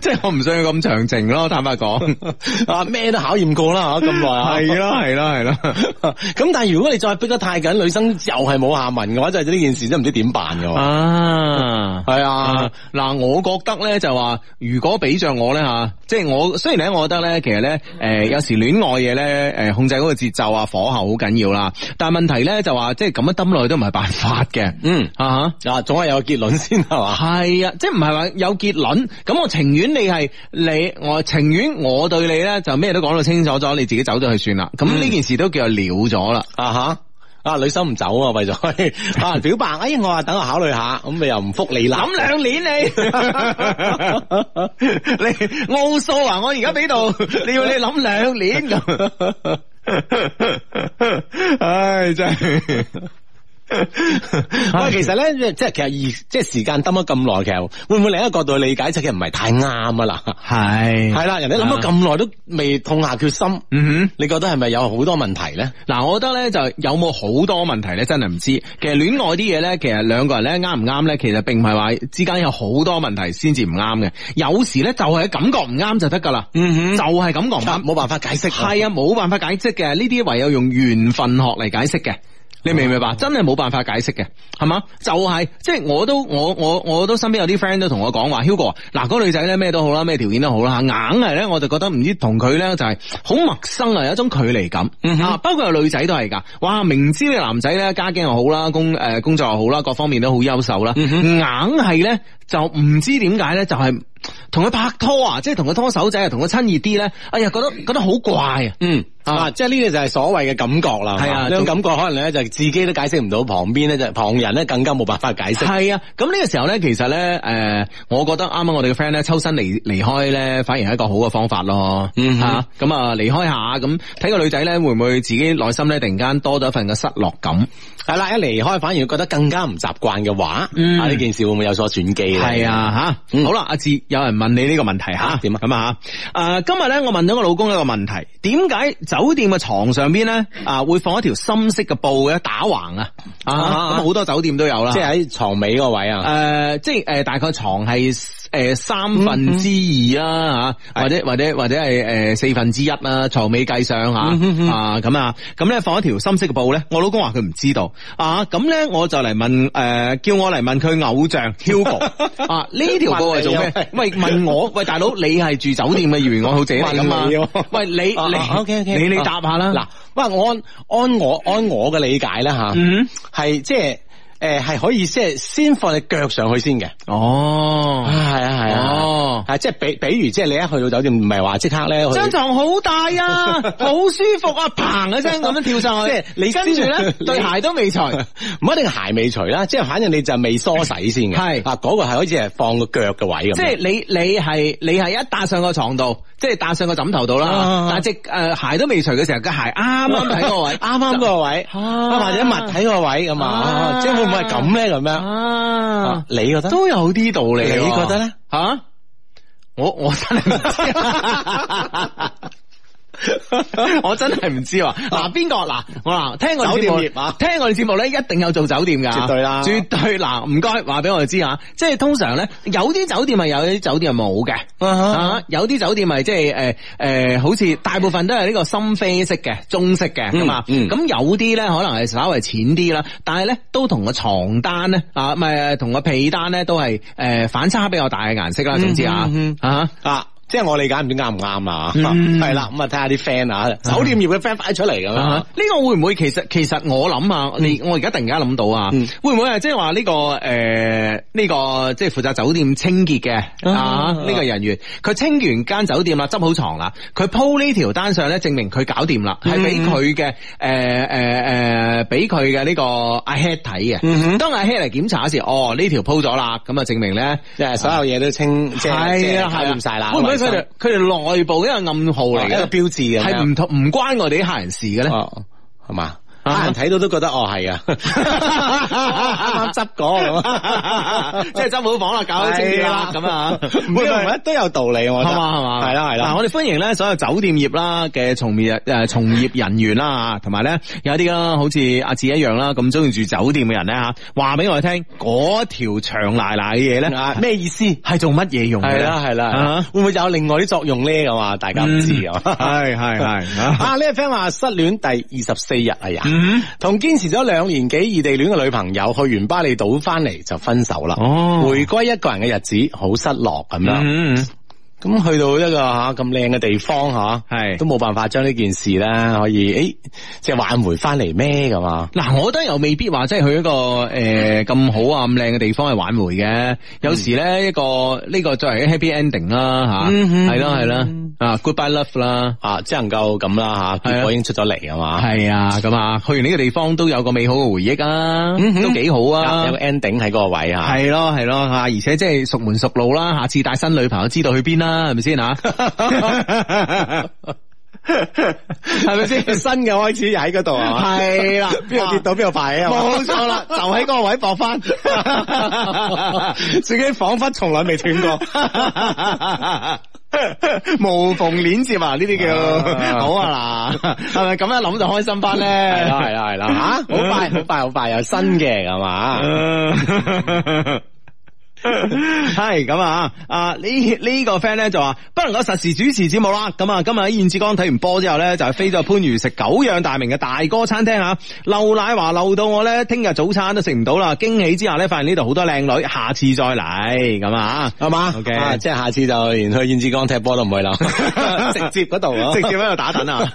Speaker 1: 即系我唔想要咁長情咯，坦白講，
Speaker 3: 啊咩都考驗過啦吓，咁耐 啊，
Speaker 1: 係咯係咯係咯，
Speaker 3: 咁但系如果你再逼得太緊，女生又係冇下文嘅話，就係呢件事真唔知點辦嘅喎。
Speaker 1: 啊。
Speaker 3: 係
Speaker 1: 啊
Speaker 3: 啊，，
Speaker 1: 嗱，我覺得咧就話，如果俾着我咧吓，即係我雖然咧，我覺得咧，其實咧，诶、有時戀愛嘢咧，诶、控制嗰個節奏啊，火候好緊要啦。但係問題咧就話，即係咁樣抌落去都唔係辦法嘅。
Speaker 3: 嗯，
Speaker 1: 啊哈
Speaker 3: 啊，總係有個結論先係嘛。
Speaker 1: 系啊，即系唔系话有结论，咁我情愿你系你，我情愿我对你咧就咩都讲到清楚咗，你自己走咗去算啦。咁呢件事都叫做了咗啦。
Speaker 3: 啊哈！啊，女生唔走啊，為咗 啊表白，哎，我話等我考慮下，咁咪又唔復你啦。
Speaker 1: 諗兩年 你，你奥数啊！我而家俾度，你要你諗兩年 咁。唉，真 係。
Speaker 3: 喂，其實咧，即係其實而即係時間抌咗咁耐，其實會唔會另一個角度去理解，即係唔係太啱啊啦？
Speaker 1: 系
Speaker 3: 係啦，人哋諗
Speaker 1: 啊
Speaker 3: 咗咁耐都未痛下決心，
Speaker 1: 嗯哼。
Speaker 3: 你覺得係咪有好多問題咧？
Speaker 1: 嗱，我覺得咧就有冇好多問題咧，真係唔知。其實戀愛啲嘢咧，其實兩個人咧啱唔啱咧，其實並唔係話之間有好多問題先至唔啱嘅。有時咧就係感覺唔啱就得㗎啦，
Speaker 3: 嗯
Speaker 1: 就係感覺唔啱。
Speaker 3: 冇辦法解釋。
Speaker 1: 啊係啊，冇辦法解釋嘅，呢啲唯有用緣分學嚟解釋嘅。你明唔明白？真係冇辦法解釋嘅，係嘛？就係、即係我都我我我都身邊有啲 friend 都同我講話，Hugo 嗱，嗰個女仔咧咩都好啦，咩條件都好啦，硬係咧我就覺得唔知同佢咧就係好陌生啊，有一種距離感、啊。包括有女仔都係㗎，哇！明知你男仔咧家境又好啦，工誒、呃工作又好啦，各方面都好優秀啦，硬係咧就唔知點解咧就係、同佢拍拖啊，即係同佢拖手仔啊，同佢親熱啲咧，哎呀，覺得覺得好怪啊！
Speaker 3: 嗯啊，即係呢個就係所謂嘅感覺啦。
Speaker 1: 係啊
Speaker 3: 嘛呢種感覺可能咧就自己都解釋唔到，旁邊咧就旁人咧更加冇辦法解 釋。
Speaker 1: 系啊，咁呢個時候咧，其實咧，诶、我覺得啱啱我哋嘅 friend 咧抽身離離開咧，反而係一個好嘅方法咯。
Speaker 3: 嗯哼
Speaker 1: 嚇咁啊，離開下，咁睇個女仔咧，會唔會自己內心咧突然間多咗一份嘅失落感？
Speaker 3: 係啦，一離開反而覺得更加唔習慣嘅話，
Speaker 1: 嗯
Speaker 3: 啊呢件事會唔會有所轉機咧？
Speaker 1: 係啊，吓、
Speaker 3: 嗯
Speaker 1: 好啦，阿志，有人問你呢個問題吓，
Speaker 3: 點啊
Speaker 1: 咁啊吓，诶、今日咧我問咗我老公一個問題，點解酒店嘅床上邊咧啊會放一條深色嘅布嘅打橫啊？啊，
Speaker 3: 啊
Speaker 1: 咁好多酒店都有啦，
Speaker 3: 即係喺床尾嗰位
Speaker 1: 诶、
Speaker 3: 啊。
Speaker 1: 呃即系诶、誒大概床系诶、誒三分之二啦吓，或者或者或者系诶、誒四分之一啊啦，床尾计上吓
Speaker 3: 嗯
Speaker 1: 啊咁啊，咁咧放一条深色嘅布咧，我老公话佢唔知道啊，咁咧我就嚟问诶、誒叫我嚟问佢偶像 Hugo 啊，呢条布系做
Speaker 3: 啊
Speaker 1: 咩？喂，问我喂大佬，你系住酒店嘅員我好姐嚟噶嘛
Speaker 3: 問你喎？
Speaker 1: 喂，你
Speaker 3: 啊
Speaker 1: 你
Speaker 3: 啊，OK，OK，
Speaker 1: 你你答下啦，
Speaker 3: 嗱，不過我按按我按我嘅理解咧吓，
Speaker 1: 嗯，
Speaker 3: 係即係诶系可以即係先放你腳上去先嘅。
Speaker 1: 哦
Speaker 3: 啊，係啊係啊，
Speaker 1: 哦。
Speaker 3: 係即係比比如即係你一去到酒店，唔係話即刻咧去。
Speaker 1: 張床好大 啊，好舒服啊，嘭一聲咁樣跳上去，
Speaker 3: 即係你
Speaker 1: 跟住咧
Speaker 3: 你啊
Speaker 1: 對鞋都未除，
Speaker 3: 唔一定鞋未除啦，即係反正你就未梳洗先嘅。
Speaker 1: 係
Speaker 3: 啊，嗰個係好似係放個腳嘅位咁。
Speaker 1: 即係你你係你係一搭上個床度，即係搭上個枕頭度啦
Speaker 3: 啊，
Speaker 1: 但係只诶鞋都未除嘅時候，個鞋啱啱喺個位，
Speaker 3: 啱啱嗰個位，
Speaker 1: 啊
Speaker 3: 啊或者物體個位咁
Speaker 1: 啊
Speaker 3: 啊，即係會唔會係咁咧？咁樣
Speaker 1: 啊
Speaker 3: 啊，你覺得？
Speaker 1: 都有啲道理喎，
Speaker 3: 你覺得咧
Speaker 1: 吓？我我真係唔 知，我真係唔知喎。嗱，邊個嗱我嗱聽我哋節目
Speaker 3: 啊酒店業啊
Speaker 1: 聽我哋節目咧，一定有做酒店噶，
Speaker 3: 絕對啦
Speaker 1: 絕對嗱，唔該話俾我哋知啊。即係通常咧，有啲酒店係有，有啲酒店係冇嘅。
Speaker 3: 啊哈
Speaker 1: 啊，有啲酒店係即係诶诶，誒好似大部分都係呢個深啡色嘅、棕色嘅咁啊。
Speaker 3: 嗯
Speaker 1: 咁有啲咧可能係稍微淺啲啦，但係咧都同個床單咧啊，唔係同個被單咧都係诶反差比較大嘅顏色啦。總之啊
Speaker 3: 嗯
Speaker 1: 啊，
Speaker 3: 啊，即係我理解唔知啱唔啱啊，
Speaker 1: 嗯
Speaker 3: 係啦，咁啊睇下啲 friend 啊，酒店業嘅 friend 快出嚟咁
Speaker 1: 啊
Speaker 3: 啊，
Speaker 1: 呢個會唔會其實其實我諗啊，你我而家突然間諗到啊
Speaker 3: 嗯，
Speaker 1: 會唔會係即係話呢個誒呢個即係負責酒店清潔嘅啊
Speaker 3: 啊
Speaker 1: 呢個人員，佢清完間酒店啦，執好床啦，佢鋪呢條單上咧，證明佢搞掂啦，
Speaker 3: 嗯
Speaker 1: 係俾佢嘅誒誒誒俾佢嘅呢個阿 head 睇
Speaker 3: 嗯
Speaker 1: 嘅。
Speaker 3: 哼
Speaker 1: 當阿 head 嚟檢查嗰時，哦呢條鋪咗啦，咁啊證明咧。
Speaker 3: 即係所有嘢都清，即係即
Speaker 1: 係
Speaker 3: 係
Speaker 1: 啊，
Speaker 3: 搞
Speaker 1: 係啊
Speaker 3: 掂晒啦。
Speaker 1: 會唔會佢哋佢哋內部一個暗號
Speaker 3: 好
Speaker 1: 嚟
Speaker 3: 哦嚟一個
Speaker 1: 嘅？
Speaker 3: 標誌咁樣
Speaker 1: 係唔同唔關我哋啲客人事嘅咧？啊
Speaker 3: 哦，係嘛？他人睇到都覺得哦 係啊，啱啱執過咁啊，
Speaker 1: 即係執好房啦，搞好清潔啦，咁啊，
Speaker 3: 唔會唔會都有道理，我覺
Speaker 1: 係
Speaker 3: 得
Speaker 1: 嘛係嘛，
Speaker 3: 係啦係
Speaker 1: 嗱，
Speaker 3: 啦，
Speaker 1: 我哋歡迎咧所有酒店業啦嘅從業 誒從業人員啦，同埋咧有啲啦，好似阿志一樣啦，咁中意住酒店嘅人咧吓，話俾我哋聽，嗰條長奶奶嘅嘢
Speaker 3: 啊
Speaker 1: 咧，
Speaker 3: 咩意思？
Speaker 1: 係做乜嘢用嘅
Speaker 3: 係
Speaker 1: 咧？
Speaker 3: 啦係
Speaker 1: 啊
Speaker 3: 啦，會唔會有另外啲作用咧？咁啊，大家唔知啊。
Speaker 1: 係係 係啊，
Speaker 3: 啊！呢個 friend 話失戀第二十四日啊，呀，
Speaker 1: 嗯，
Speaker 3: 同堅持咗兩年幾異地戀嘅女朋友去完巴厘島翻嚟就分手啦。
Speaker 1: 哦
Speaker 3: 回歸一個人嘅日子好失落咁樣。
Speaker 1: 嗯，嗯
Speaker 3: 咁去到一個吓咁靚嘅地方吓，
Speaker 1: 係
Speaker 3: 都冇辦法將呢件事咧可以誒，即係挽回翻嚟咩咁啊？
Speaker 1: 嗱，我覺得又未必話即係去一個誒咁、好啊咁靚嘅地方去挽回嘅，有時咧一個呢、個作為一個 happy ending 啦吓，
Speaker 3: 嗯哼
Speaker 1: 係啦係啦啊 goodbye love 啦。
Speaker 3: 啊，只能夠咁啦吓，
Speaker 1: 係啊
Speaker 3: 結果已經出咗嚟啊嘛。
Speaker 1: 係啊，咁啊，去完呢個地方都有個美好嘅回憶啊，
Speaker 3: 嗯哼
Speaker 1: 都幾好
Speaker 3: 啊
Speaker 1: 啊
Speaker 3: 有個。ending 喺嗰個位啊吓。
Speaker 1: 係咯係咯吓，而且即係熟門熟路啦，下次帶新女朋友知道去邊啦，係咪先啊 吓？ 係咪先？
Speaker 3: 新嘅開始又喺嗰度啊，
Speaker 1: 係啦，
Speaker 3: 邊度跌到邊度排啊？
Speaker 1: 冇錯 啦，就喺嗰個位搏 翻。
Speaker 3: 自己仿佛從來未斷 過。
Speaker 1: 無縫鏈接啊，呢啲叫
Speaker 3: 啊
Speaker 1: 好啊嗱，係咪咁樣諗就開心翻咧？
Speaker 3: 係啦係啦係啦吓，好快好快好快有新嘅啊係嘛？
Speaker 1: 嗯啊 系咁啊！啊呢呢、個 friend 咧就話不能夠實時主持節目啦。咁啊，今日喺燕志剛睇完波之後咧，就係飛咗去番禺食久仰大名嘅大哥餐廳啊。漏奶話漏到我咧，聽日早餐都食唔到啦。驚喜之下咧，發現呢度好多靚女，下次再嚟咁啊。
Speaker 3: 係嘛
Speaker 1: OK
Speaker 3: 啊即係下次就連去燕之江踢波都唔去啦，直接嗰度 啊
Speaker 1: 直。接喺度打 趸啊！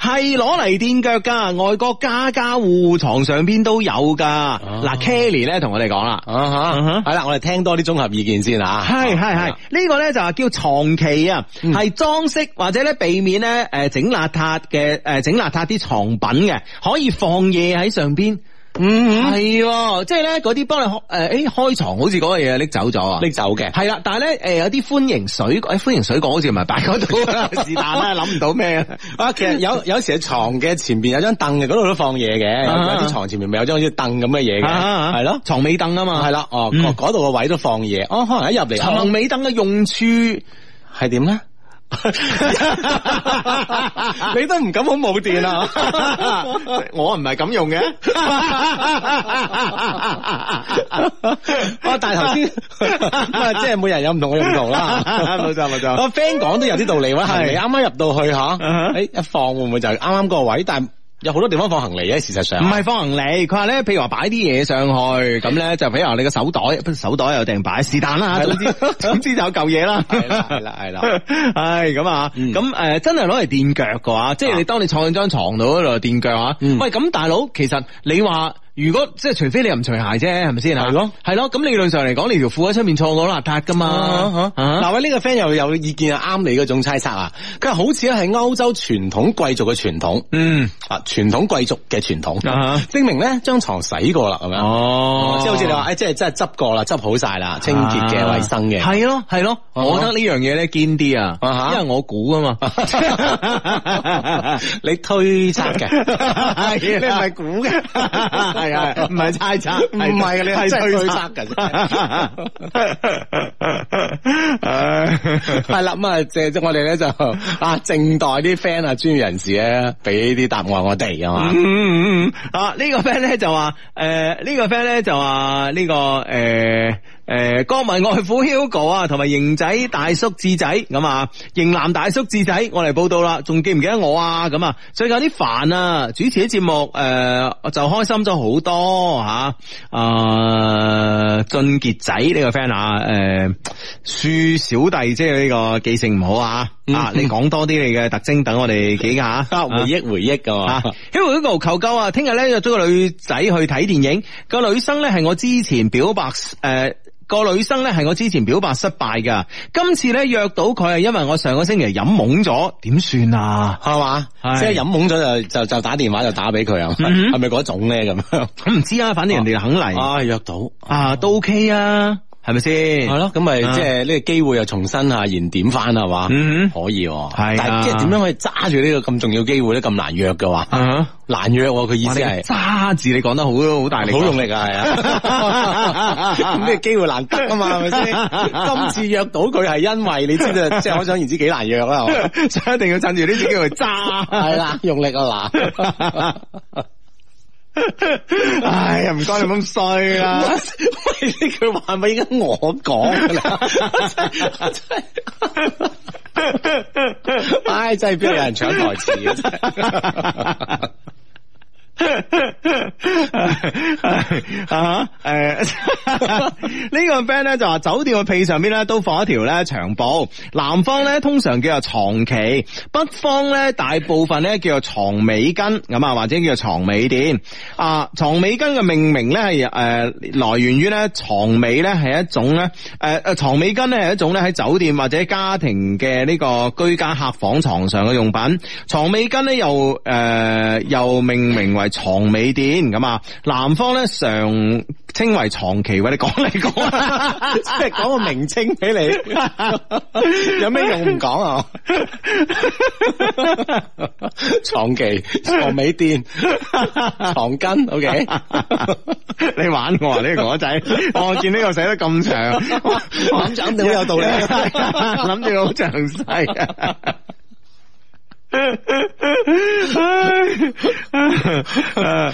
Speaker 1: 係攞嚟墊腳噶，外國家家户户床上邊都有噶。
Speaker 3: 哦
Speaker 1: 嗱，Kelly 咧同我哋講啦，
Speaker 3: 啊哈
Speaker 1: 嗯哼
Speaker 3: 係啦，我哋聽多啲綜合意見先啊。
Speaker 1: 系系系，呢個咧就係叫床旗啊，係裝飾或者咧避免咧诶呃整邋遢嘅诶整邋遢啲床品嘅，可以放嘢喺上邊。嗯，系，即係咧嗰啲幫你開诶，诶開床好似嗰個嘢拎走咗啊。
Speaker 3: 拎走嘅。
Speaker 1: 係啦，但係咧诶有啲歡迎水果，诶歡迎水果好似唔係擺嗰度啊，是但啦，諗唔到咩啊。
Speaker 3: 啊，其實 有有時喺床嘅前邊有張凳嘅，嗰度都放嘢嘅。
Speaker 1: 啊啊
Speaker 3: 有啲床前面咪有張好似凳咁嘅嘢嘅，係咯，
Speaker 1: 床尾凳啊嘛，
Speaker 3: 係啊啦，哦，
Speaker 1: 嗯
Speaker 3: 嗰嗰度個位都放嘢。哦，可能一入嚟，
Speaker 1: 床
Speaker 3: 哦
Speaker 1: 尾凳嘅用處，
Speaker 3: 係點 咧？你都唔敢好冇電 啊！
Speaker 1: 我唔係咁用嘅。
Speaker 3: 哦，但係頭 先啊即係每人有唔同嘅用途 啦。
Speaker 1: 冇錯冇錯
Speaker 3: 個 friend 講都有啲道理喎，行李啱啱入到去吓，
Speaker 1: 哼
Speaker 3: 誒一放會唔會就係啱啱嗰個位？但係有好多地方放行李嘅，事實上
Speaker 1: 唔係放行李，佢話咧，譬如話擺啲嘢上去，咁咧就譬如話你個手袋，不手袋有定擺，是但啦，總之 總之就有嚿嘢啦，
Speaker 3: 係啦係啦係啦。
Speaker 1: 唉，咁啊，
Speaker 3: 嗯
Speaker 1: 咁诶，誒真係攞嚟墊腳嘅話，即係你當你坐喺張床度嗰度墊腳啊。
Speaker 3: 啊嗯
Speaker 1: 喂，咁大佬，其實你話如果即係除非你又唔除鞋啫，係咪先啊？
Speaker 3: 係咯，
Speaker 1: 係咯。咁理論上嚟講，你條褲喺出面錯過邋遢噶嘛
Speaker 3: 啊。
Speaker 1: 啊
Speaker 3: 嗱，喂，呢個 friend 又有意見啊，啱你嗰種猜測啊。佢話好似咧係歐洲傳統貴族嘅傳統
Speaker 1: 嗯，
Speaker 3: 啊，傳統貴族嘅傳統
Speaker 1: 啊哈，
Speaker 3: 證明咧張床洗過啦，咁樣。
Speaker 1: 哦
Speaker 3: 即係好似你話，誒，即係即係執過啦，執好晒啦，清潔嘅、
Speaker 1: 啊
Speaker 3: 衞生嘅，
Speaker 1: 係咯係咯，
Speaker 3: 啊
Speaker 1: 我覺得呢樣嘢咧堅啲
Speaker 3: 啊
Speaker 1: 啊，
Speaker 3: 哈
Speaker 1: 因為我估啊嘛。
Speaker 3: 你推測嘅，
Speaker 1: 係
Speaker 3: 你唔係
Speaker 1: 估嘅，係啊，唔係猜測，
Speaker 3: 啊唔係嘅你係真係推測
Speaker 1: 嘅。
Speaker 3: 係啦，咁啊，即係我哋咧就啊，靜待啲 friend 啊，專業人士咧，俾啲答案我哋啊嘛。
Speaker 1: 嗯嗯嗯啊！呢、個 friend 咧就話，诶、呢、個 friend 咧就話呢、個呃个诶诶，江、民外父 Hugo 啊，同埋型仔大叔志仔咁啊，型男大叔志仔，我嚟報道啦，仲記唔記得我啊？咁啊，最近有啲煩啊，主持啲節目诶、誒就開心咗好多吓。啊，俊傑仔呢個 friend 啊，诶、恕小弟即係呢個記性唔好啊，啊，你講多啲你嘅特徵，等我哋幾個吓
Speaker 3: 嗯啊，回憶回憶㗎
Speaker 1: 啊
Speaker 3: 嘛。
Speaker 1: ，Hugo Hugo 求救啊！聽日咧約咗個女仔去睇電影，個女生咧係我之前表白诶。呃個女生咧係我之前表白失敗噶，今次咧約到佢係因為我上個星期飲懵咗，點算啊？
Speaker 3: 係嘛，
Speaker 1: 係
Speaker 3: 即係飲懵咗就就就打電話就打俾佢啊，
Speaker 1: 嗯
Speaker 3: 係咪嗰種咧咁樣？
Speaker 1: 咁唔知啊，反正人哋肯嚟
Speaker 3: 啊，約到
Speaker 1: 啊，都 OK 啊，係咪先？
Speaker 3: 系咯，咁咪
Speaker 1: 啊
Speaker 3: 即係呢個機會又重新下燃點翻係嘛？
Speaker 1: 嗯
Speaker 3: 可以喎，
Speaker 1: 係啊
Speaker 3: 但係即係點樣可以揸住呢個咁重要機會咧？咁難約嘅話，
Speaker 1: 啊，
Speaker 3: 難約喎，佢意
Speaker 1: 意
Speaker 3: 思
Speaker 1: 思係
Speaker 3: 係
Speaker 1: 揸字，你講得好好大力，
Speaker 3: 好用力啊，係啊， 咁呢個機會難得啊嘛，係咪 先？今次約到佢係因為你知 道，即係可想而知幾難約啦，係嘛？
Speaker 1: 所以一定要趁住呢啲機會揸。
Speaker 3: 係啦，用力啊嗱。 哎
Speaker 1: 唉呀，唔該啊你咁衰 啦
Speaker 3: 喂，呢句話係咪應該我講噶啦？真係唉，真係邊有人搶台詞嘅真係
Speaker 1: 哎啊诶， 呢個 friend 咧就話酒店嘅被上邊咧都放一條咧長布，南方咧通常叫做床旗，北方咧大部分咧叫做床尾巾咁啊，或者叫做床尾墊啊。床尾巾嘅命名咧係诶來源於咧床尾咧係一種咧诶诶床尾巾咧係一種咧喺酒店或者家庭嘅呢個居家客房床上嘅用品。床尾巾咧又诶、呃又命名為床尾墊咁啊，南方咧常稱為床旗。喂，你講嚟講啊！
Speaker 3: 即係講個名稱俾 你，有咩用唔講啊？床技、床尾 墊、床巾，OK，
Speaker 1: 你玩我啊！呢、個個仔，我見呢個寫得咁長，
Speaker 3: 諗就肯定好有道理。
Speaker 1: 諗住好詳細啊！咁啊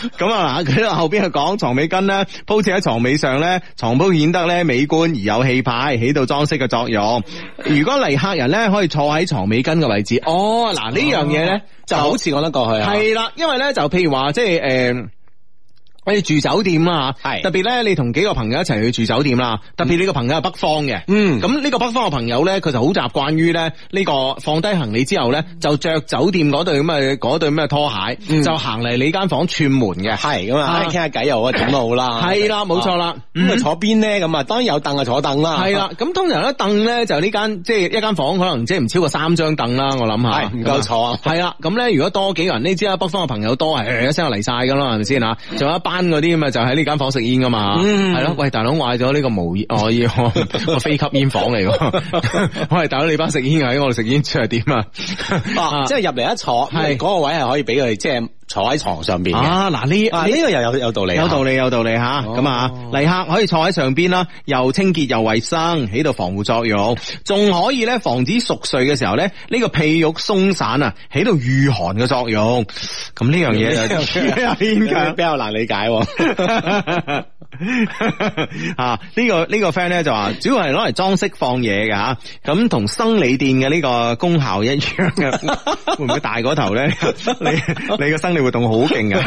Speaker 1: 嗱，佢後邊又講床尾巾咧，鋪設喺床尾上咧，床鋪顯得咧美觀而有氣派，起到裝飾嘅作用。如果嚟客人咧，可以坐喺床尾巾嘅位置。哦，嗱呢樣嘢咧
Speaker 3: 就好似講得過去啊。
Speaker 1: 系啦，因為咧就譬如話即係诶。誒我哋住酒店啦，
Speaker 3: 係
Speaker 1: 特別咧，你同幾個朋友一齊去住酒店啦，特別你個朋友係北方嘅，
Speaker 3: 嗯
Speaker 1: 咁呢個北方嘅朋友咧，佢就好習慣於咧呢個放低行李之後咧，就着酒店嗰對咁嘅嗰對咁嘅拖鞋，
Speaker 3: 嗯
Speaker 1: 就行嚟你間房串門嘅，
Speaker 3: 係咁啊，
Speaker 1: 啊
Speaker 3: 傾下偈又好，點都好啦。
Speaker 1: 係啦，冇錯啦，嗯
Speaker 3: 啊咁啊坐邊咧？咁啊，當然有凳啊，坐凳啦。
Speaker 1: 係啦，咁通常咧凳咧就呢間即係一間房可能即係唔超過三張凳啦，我諗下
Speaker 3: 係唔夠坐啊
Speaker 1: 係啦，咁咧如果多幾個人，呢知啦，啊北方嘅朋友多係一聲就嚟晒噶啦，係咪先啊？仲有一班嗰啲咁啊，就喺呢間房食煙噶嘛，
Speaker 3: 嗯
Speaker 1: 係咯。喂，大佬我嗌咗呢個無煙，我要我非吸煙房嚟喎。 喂，大佬你班食煙嘅喺我度食煙出係點啊？
Speaker 3: 啊，即係入嚟一坐，
Speaker 1: 係
Speaker 3: 嗰個位係可以俾佢即係坐喺床上邊嘅。
Speaker 1: 啊，嗱呢
Speaker 3: 啊，呢個又有有道理啊，
Speaker 1: 有道理有道理吓，
Speaker 3: 哦
Speaker 1: 咁啊嚟客可以坐喺上邊啦，又清潔又衛生，起到防護作用，仲可以咧防止熟睡嘅時候咧，呢、個屁肉鬆散啊，起到御寒嘅作用。咁呢樣 嘢 就有啊啲
Speaker 3: 有啲
Speaker 1: 牽
Speaker 3: 比較難理解喎。
Speaker 1: 強 啊！呢、個呢、個 friend 咧就話，主要係攞嚟裝飾放嘢嘅吓，咁同生理電嘅呢個功效一樣嘅， 會唔會大嗰頭咧？你你嘅生理活動好勁 啊！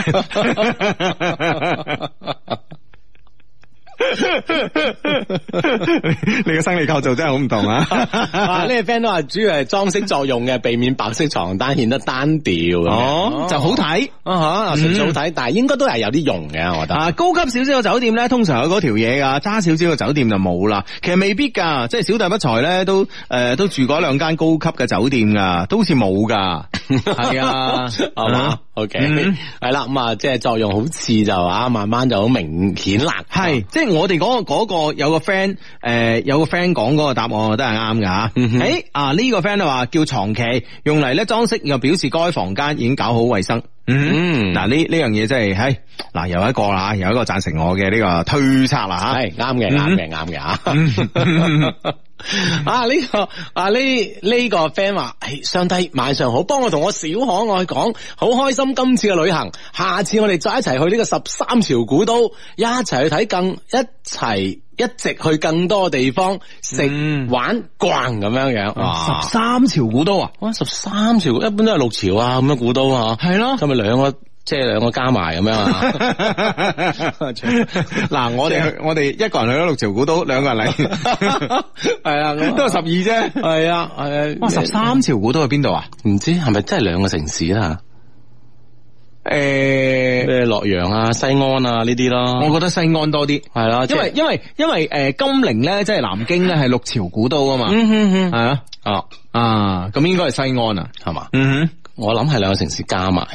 Speaker 1: 你嘅生理構造真係好唔同啊！
Speaker 3: 啊， 呢個 friend 都話主要係裝飾作用嘅，避免白色床單顯得單調咁樣。
Speaker 1: 哦，嗯就好睇。
Speaker 3: 啊嚇，純粹好睇，但係應該都係有啲用嘅，我覺得。
Speaker 1: 啊，高級少少嘅酒店咧，通常有嗰條嘢噶，差少少嘅酒店就冇啦。其實未必㗎，即係小弟不才咧，都誒、呃都住過一兩間高級嘅酒店㗎，都好似冇㗎。 係 啊，
Speaker 3: 係嘛？OK，
Speaker 1: 嗯
Speaker 3: 係啦，咁啊，即係作用好似就啊，慢慢就好明顯啦。
Speaker 1: 係，啊即係我哋嗰、個嗰、個有個 friend，誒、有個呃 friend 講嗰個答案，我覺得係啱㗎嚇。誒、
Speaker 3: 嗯哼
Speaker 1: 啊呢、個 friend 就話叫床旗，用嚟咧裝飾，又表示該房間已經搞好衞生。
Speaker 3: 嗯
Speaker 1: 嗱呢呢樣嘢真係，唉，嗱又一個啦，又一個贊成我嘅呢個推測啦 嚇。
Speaker 3: 系啱嘅，
Speaker 1: 嗯
Speaker 3: 啱嘅，啱嘅啊！ 啊呢、個啊呢呢、個 friend 話：，唉，上帝晚上好，幫我同我小可愛講，好開心今次嘅旅行，下次我哋再一齊去呢個十三朝古都，一齊去睇更，一齊一直去更多地方食、
Speaker 1: 嗯
Speaker 3: 玩逛咁樣樣。哇！
Speaker 1: 十三朝古都啊！
Speaker 3: 哇！十三朝一般都係六朝啊，咁樣古都啊，
Speaker 1: 係咯
Speaker 3: 咁咪兩個即係兩個加埋咁樣 啊。
Speaker 1: 嗱，我哋去我哋一個人去咗六朝古都，兩個人 嚟，
Speaker 3: 係啊， 咁啊
Speaker 1: 都係十二啫。
Speaker 3: 係啊，係啊
Speaker 1: 哇，十三朝古都去邊度啊？
Speaker 3: 唔知係咪真係兩個城市啊啦？
Speaker 1: 诶、
Speaker 3: 咩洛陽啊、西安啊呢啲
Speaker 1: 我覺
Speaker 3: 咯，
Speaker 1: 得西安多啲，
Speaker 3: 係啦，
Speaker 1: 因為因為因為诶、呃金陵咧，即係南京咧，係六朝古都啊嘛，係
Speaker 3: 嗯嗯嗯，
Speaker 1: 啊
Speaker 3: 哦，
Speaker 1: 啊，咁應該係西安啊，
Speaker 3: 係嘛，
Speaker 1: 嗯
Speaker 3: 我諗係兩個城市 加埋，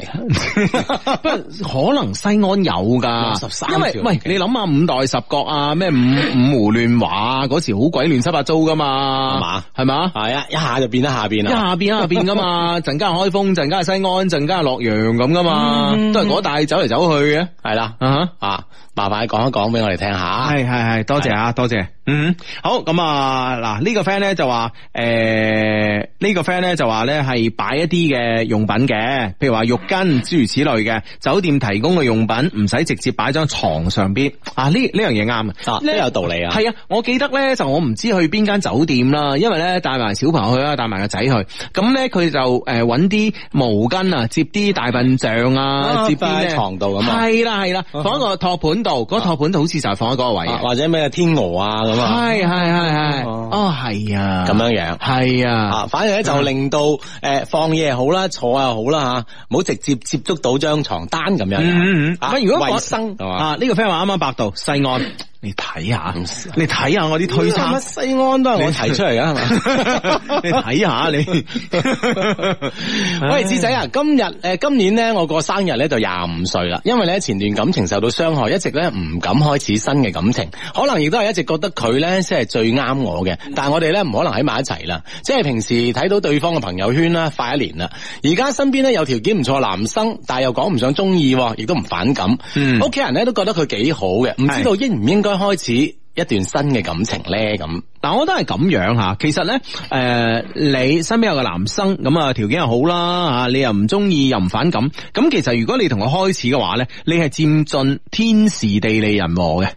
Speaker 1: 可能西安有噶，
Speaker 3: 13
Speaker 1: 因為
Speaker 3: 條
Speaker 1: 喂，你諗下五代十國啊，咩五五胡亂華啊，嗰時好鬼亂七八糟噶嘛，
Speaker 3: 係嘛
Speaker 1: 係嘛，
Speaker 3: 係啊，一下就變得下邊
Speaker 1: 一
Speaker 3: 啦。
Speaker 1: 下變一下變噶 嘛，陣間係開封，陣間係西安，陣間係洛陽咁噶嘛，都係嗰帶走嚟走去嘅，
Speaker 3: 係啦，
Speaker 1: 啊哈
Speaker 3: 啊，麻煩講一講俾我哋聽下。
Speaker 1: 系系系，多謝啊，多謝。嗯，好咁啊，嗱呢個 friend 咧就話，诶呢個 friend 咧就話咧係擺一啲嘅用品嘅，譬如話浴巾諸如此類嘅，酒店提供嘅用品唔使直接擺張床上邊啊，呢呢樣嘢啱
Speaker 3: 啊，
Speaker 1: 啊，
Speaker 3: 都有道理啊。
Speaker 1: 系啊，我記得咧就我唔知去邊間酒店啦，因為咧帶埋小朋友去啦，帶埋個仔去，咁咧佢就诶揾啲毛巾啊，接啲大笨象啊，
Speaker 3: 啊
Speaker 1: 接啲
Speaker 3: 放喺
Speaker 1: 咧
Speaker 3: 床度咁啊
Speaker 1: 係啦係啦，放喺個托盤度，嗰個托盤度好似就係放喺嗰個位
Speaker 3: 啊
Speaker 1: 嘅，
Speaker 3: 或者咩天鵝啊咁啊，
Speaker 1: 係係係係，
Speaker 3: 哦
Speaker 1: 哦係啊，
Speaker 3: 咁樣樣。
Speaker 1: 係啊，嗯
Speaker 3: 啊，反而咧就令到诶放嘢好啦，坐又好啦吓，唔好直接接觸到張床單咁樣。
Speaker 1: 嗯嗯嗯
Speaker 3: 啊
Speaker 1: 喂如果講
Speaker 3: 衛生係嘛，
Speaker 1: 啊呢個 friend 話啱啱百度西安，你睇下，你睇下我啲推測
Speaker 3: 乜。西安都係我提出嚟噶，係嘛？
Speaker 1: 你睇下你，
Speaker 3: 喂，志仔啊，今日诶、呃今年咧我過生日咧就廿五歲啦，因為咧前段感情受到傷害，一直咧唔敢開始新嘅感情，可能亦都係一直覺得佢咧先係最啱我嘅，但係我哋咧唔可能喺埋一齊啦，即係平時睇到對方嘅朋友圈啦，快一年啦，而家身邊咧有條件唔錯嘅男生，但係又講唔上中意喎，亦都唔反感，
Speaker 1: 嗯
Speaker 3: 屋企、人咧都覺得佢幾好嘅，唔知道應唔應該開始一段新嘅感情咧咁。
Speaker 1: 嗱，我覺得係咁樣吓，其實咧，诶、你身邊有個男生咁啊，條件又好啦吓，啊你又唔中意又唔反感，咁其實如果你同佢開始嘅話咧，你係佔盡天時地利人和嘅。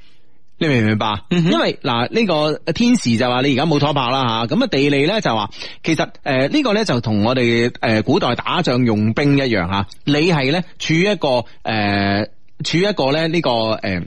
Speaker 1: 你明唔明白？
Speaker 3: 嗯
Speaker 1: 因為嗱，呢、個天時就話你而家冇拖拍啦吓，咁啊地利咧就話，其實诶呃呢個咧就同我哋诶古代打仗用兵一樣吓，你係咧處於一個诶、呃、處於一個咧呢、個诶。呃